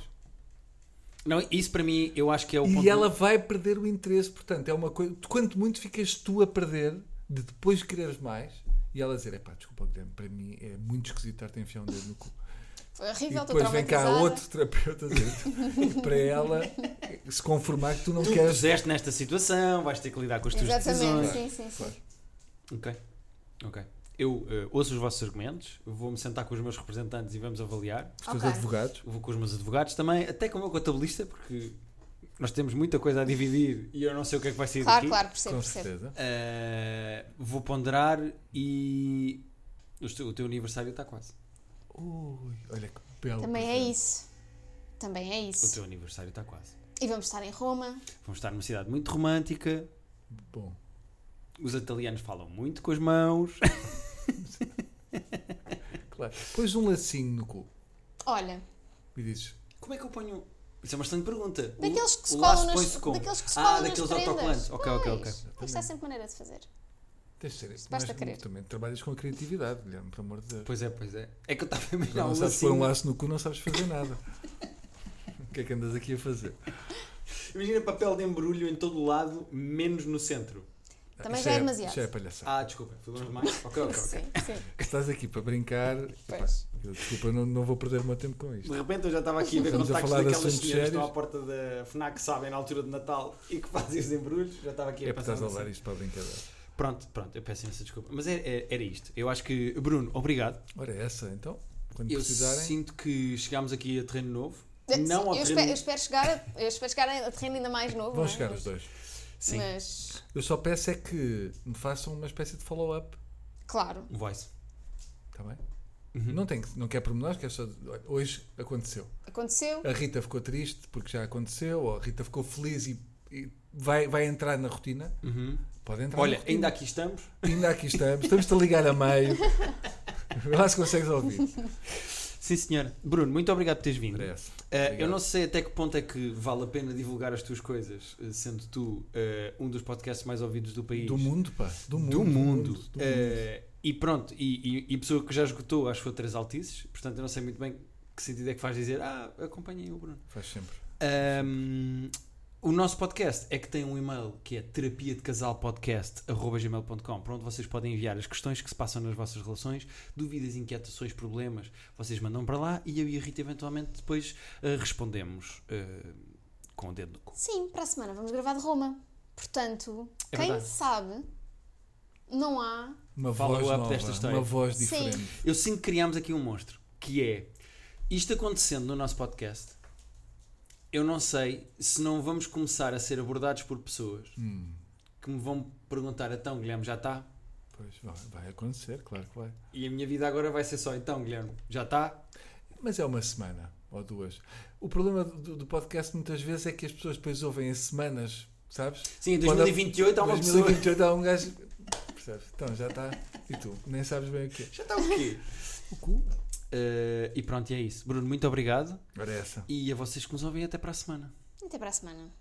S1: Não, isso para mim, eu acho que é o ponto.
S3: E ela vai perder o interesse, portanto, é uma coisa. Quanto muito ficas tu a perder de depois quereres mais e ela dizer: é pá, desculpa, Guilherme, para mim é muito esquisito estar-te a enfiar um dedo no cu.
S2: Foi
S3: E
S2: horrível, estou
S3: depois vem cá
S2: traumatizada.
S3: outro terapeuta dizer para ela se conformar que tu não
S1: Tu
S3: queres.
S1: puseste nesta situação, vais ter que lidar com as tuas
S2: Exatamente,
S1: decisões.
S2: sim, sim, sim.
S3: Claro.
S1: Ok. Ok. Eu eh, ouço os vossos argumentos, vou-me sentar com os meus representantes e vamos avaliar.
S3: Os teus
S2: Ok.
S3: advogados.
S1: Vou com os meus advogados também, até com o meu contabilista, porque nós temos muita coisa a dividir e eu não sei o que é que vai sair
S2: Claro,
S1: daqui.
S2: claro, percebo,
S3: Com
S2: percebo.
S3: certeza.
S1: Eh, vou ponderar e. O teu, o teu aniversário está quase.
S3: Ui, olha que belo.
S2: Também é
S3: presente.
S2: isso. Também é
S1: O
S2: isso.
S1: teu aniversário está quase.
S2: E vamos estar em Roma.
S1: Vamos estar numa cidade muito romântica.
S3: Bom,
S1: Os italianos falam muito com as mãos. [LAUGHS]
S3: claro. Pões um lacinho no cu
S2: Olha,
S3: e dizes:
S1: Como é que eu ponho. Isso é uma excelente pergunta.
S2: daqueles que se
S1: o laço
S2: colam nas,
S1: põe-se como?
S2: daqueles que se
S1: Ah,
S2: colam
S1: daqueles
S2: nas prendas.
S1: autocolantes. Ok, ok, ok.
S2: Pois, Isto é sempre maneira de fazer.
S3: tens de ser.
S2: basta
S3: mas
S2: querer.
S3: Também trabalhas com a criatividade, Guilherme, pelo amor de Deus.
S1: Pois é, pois é. É que eu estava a
S3: Já
S1: imaginar
S3: não
S1: um
S3: sabes pôr um
S1: lacinho.
S3: laço no cu, não sabes fazer nada. O que é que andas aqui a fazer?
S1: Imagina papel de embrulho em todo o lado, menos no centro.
S2: Também
S3: Isso
S2: já é demasiado.
S3: Já é palhaçada.
S1: Ah, desculpa, fui longe demais. Ok, ok, ok.
S2: Sim, sim.
S3: Estás aqui para brincar.
S2: Pois.
S3: Eu, desculpa, não, não vou perder o meu tempo com
S1: De
S3: isto.
S1: repente eu já estava aqui a ver
S3: Estamos a
S1: contactos
S3: falar de
S1: daquelas
S3: assuntos
S1: senhoras que estão
S3: sérios.
S1: à porta da FNAC, sabem, na altura de Natal e que fazem os embrulhos. Já estava aqui a
S3: É para
S1: pensar.
S3: estás a
S1: nisso.
S3: levar isto para a brincadeira.
S1: Pronto, pronto, eu peço imensa desculpa. Mas é- é- era isto. Eu acho que. Bruno, obrigado.
S3: Ora, é essa então. Quando
S1: Eu
S3: precisarem.
S1: sinto que chegámos aqui a terreno novo.
S2: Eh, Sim,
S1: Não ao
S2: eu,
S1: terreno.
S2: espero, eu espero chegar a, eu espero chegar a terreno ainda mais novo.
S3: Vão
S2: não é?
S3: chegar os dois.
S1: Sim,
S2: eh, Mas,
S3: Eu só peço é que me façam uma espécie de follow-up.
S2: claro.
S1: um voice.
S3: Está bem?
S1: Uhum.
S3: Não, tem, que- não quer pormenores, quer só. olha, Hoje aconteceu.
S2: Aconteceu.
S3: A Rita ficou triste porque já aconteceu, ou a Rita ficou feliz e, e vai, vai entrar na rotina.
S1: Uhum.
S3: Pode entrar na
S1: Olha,
S3: rotina.
S1: ainda aqui estamos.
S3: Ainda aqui estamos, estamos-te a ligar
S1: [LAUGHS]
S3: a meio. Vê lá se consegues ouvir.
S1: Sim, senhora. Bruno, muito obrigado por teres vindo.
S3: Parece.
S1: Eh,
S3: Obrigado.
S1: eu não sei até que ponto é que vale a pena divulgar as tuas coisas, eh, sendo tu eh, um dos podcasts mais ouvidos do país.
S3: Do mundo, pá. Do mundo.
S1: Do mundo.
S3: do mundo.
S1: Eh, e pronto, e, e- e pessoa que já esgotou as suas três altices, portanto eu não sei muito bem que sentido é que faz dizer, ah, acompanhem o Bruno.
S3: Faz sempre.
S1: Ahm, o nosso podcast é que tem um e-mail que é terapia de casal para onde vocês podem enviar as questões que se passam nas vossas relações, dúvidas, inquietações, problemas. Vocês mandam para lá e eu e a Rita eventualmente depois ah, respondemos ah, com o dedo no cu.
S2: Sim, para a semana vamos gravar de Roma. Portanto,
S1: É
S2: quem
S1: verdade.
S2: sabe, não há.
S3: Uma
S1: Follow
S3: voz
S1: up
S3: nova,
S1: desta história.
S3: uma voz
S2: Sim.
S3: diferente.
S1: Eu sinto que criámos aqui um monstro que é isto acontecendo no nosso podcast. Eu não sei se não vamos começar a ser abordados por pessoas
S3: Hum,
S1: que me vão perguntar: então, Guilherme, já está?
S3: pois vai, vai acontecer, claro que vai.
S1: E a minha vida agora vai ser só então, Guilherme. Já está?
S3: Mas é uma semana ou duas. O problema do, do podcast muitas vezes é que as pessoas depois ouvem em semanas, sabes?
S1: Sim, em
S3: Pode-
S1: 2028 há uma pessoa.
S3: 2028 há um gajo. Percebes? Então já está. E tu? Nem sabes bem o que é.
S1: Já está tá o quê?
S3: O cu?
S1: Eh, e pronto, e é isso. Bruno, muito obrigado.
S3: Ora é essa.
S1: E a vocês que nos ouvem, até para a semana.
S2: Até para a semana.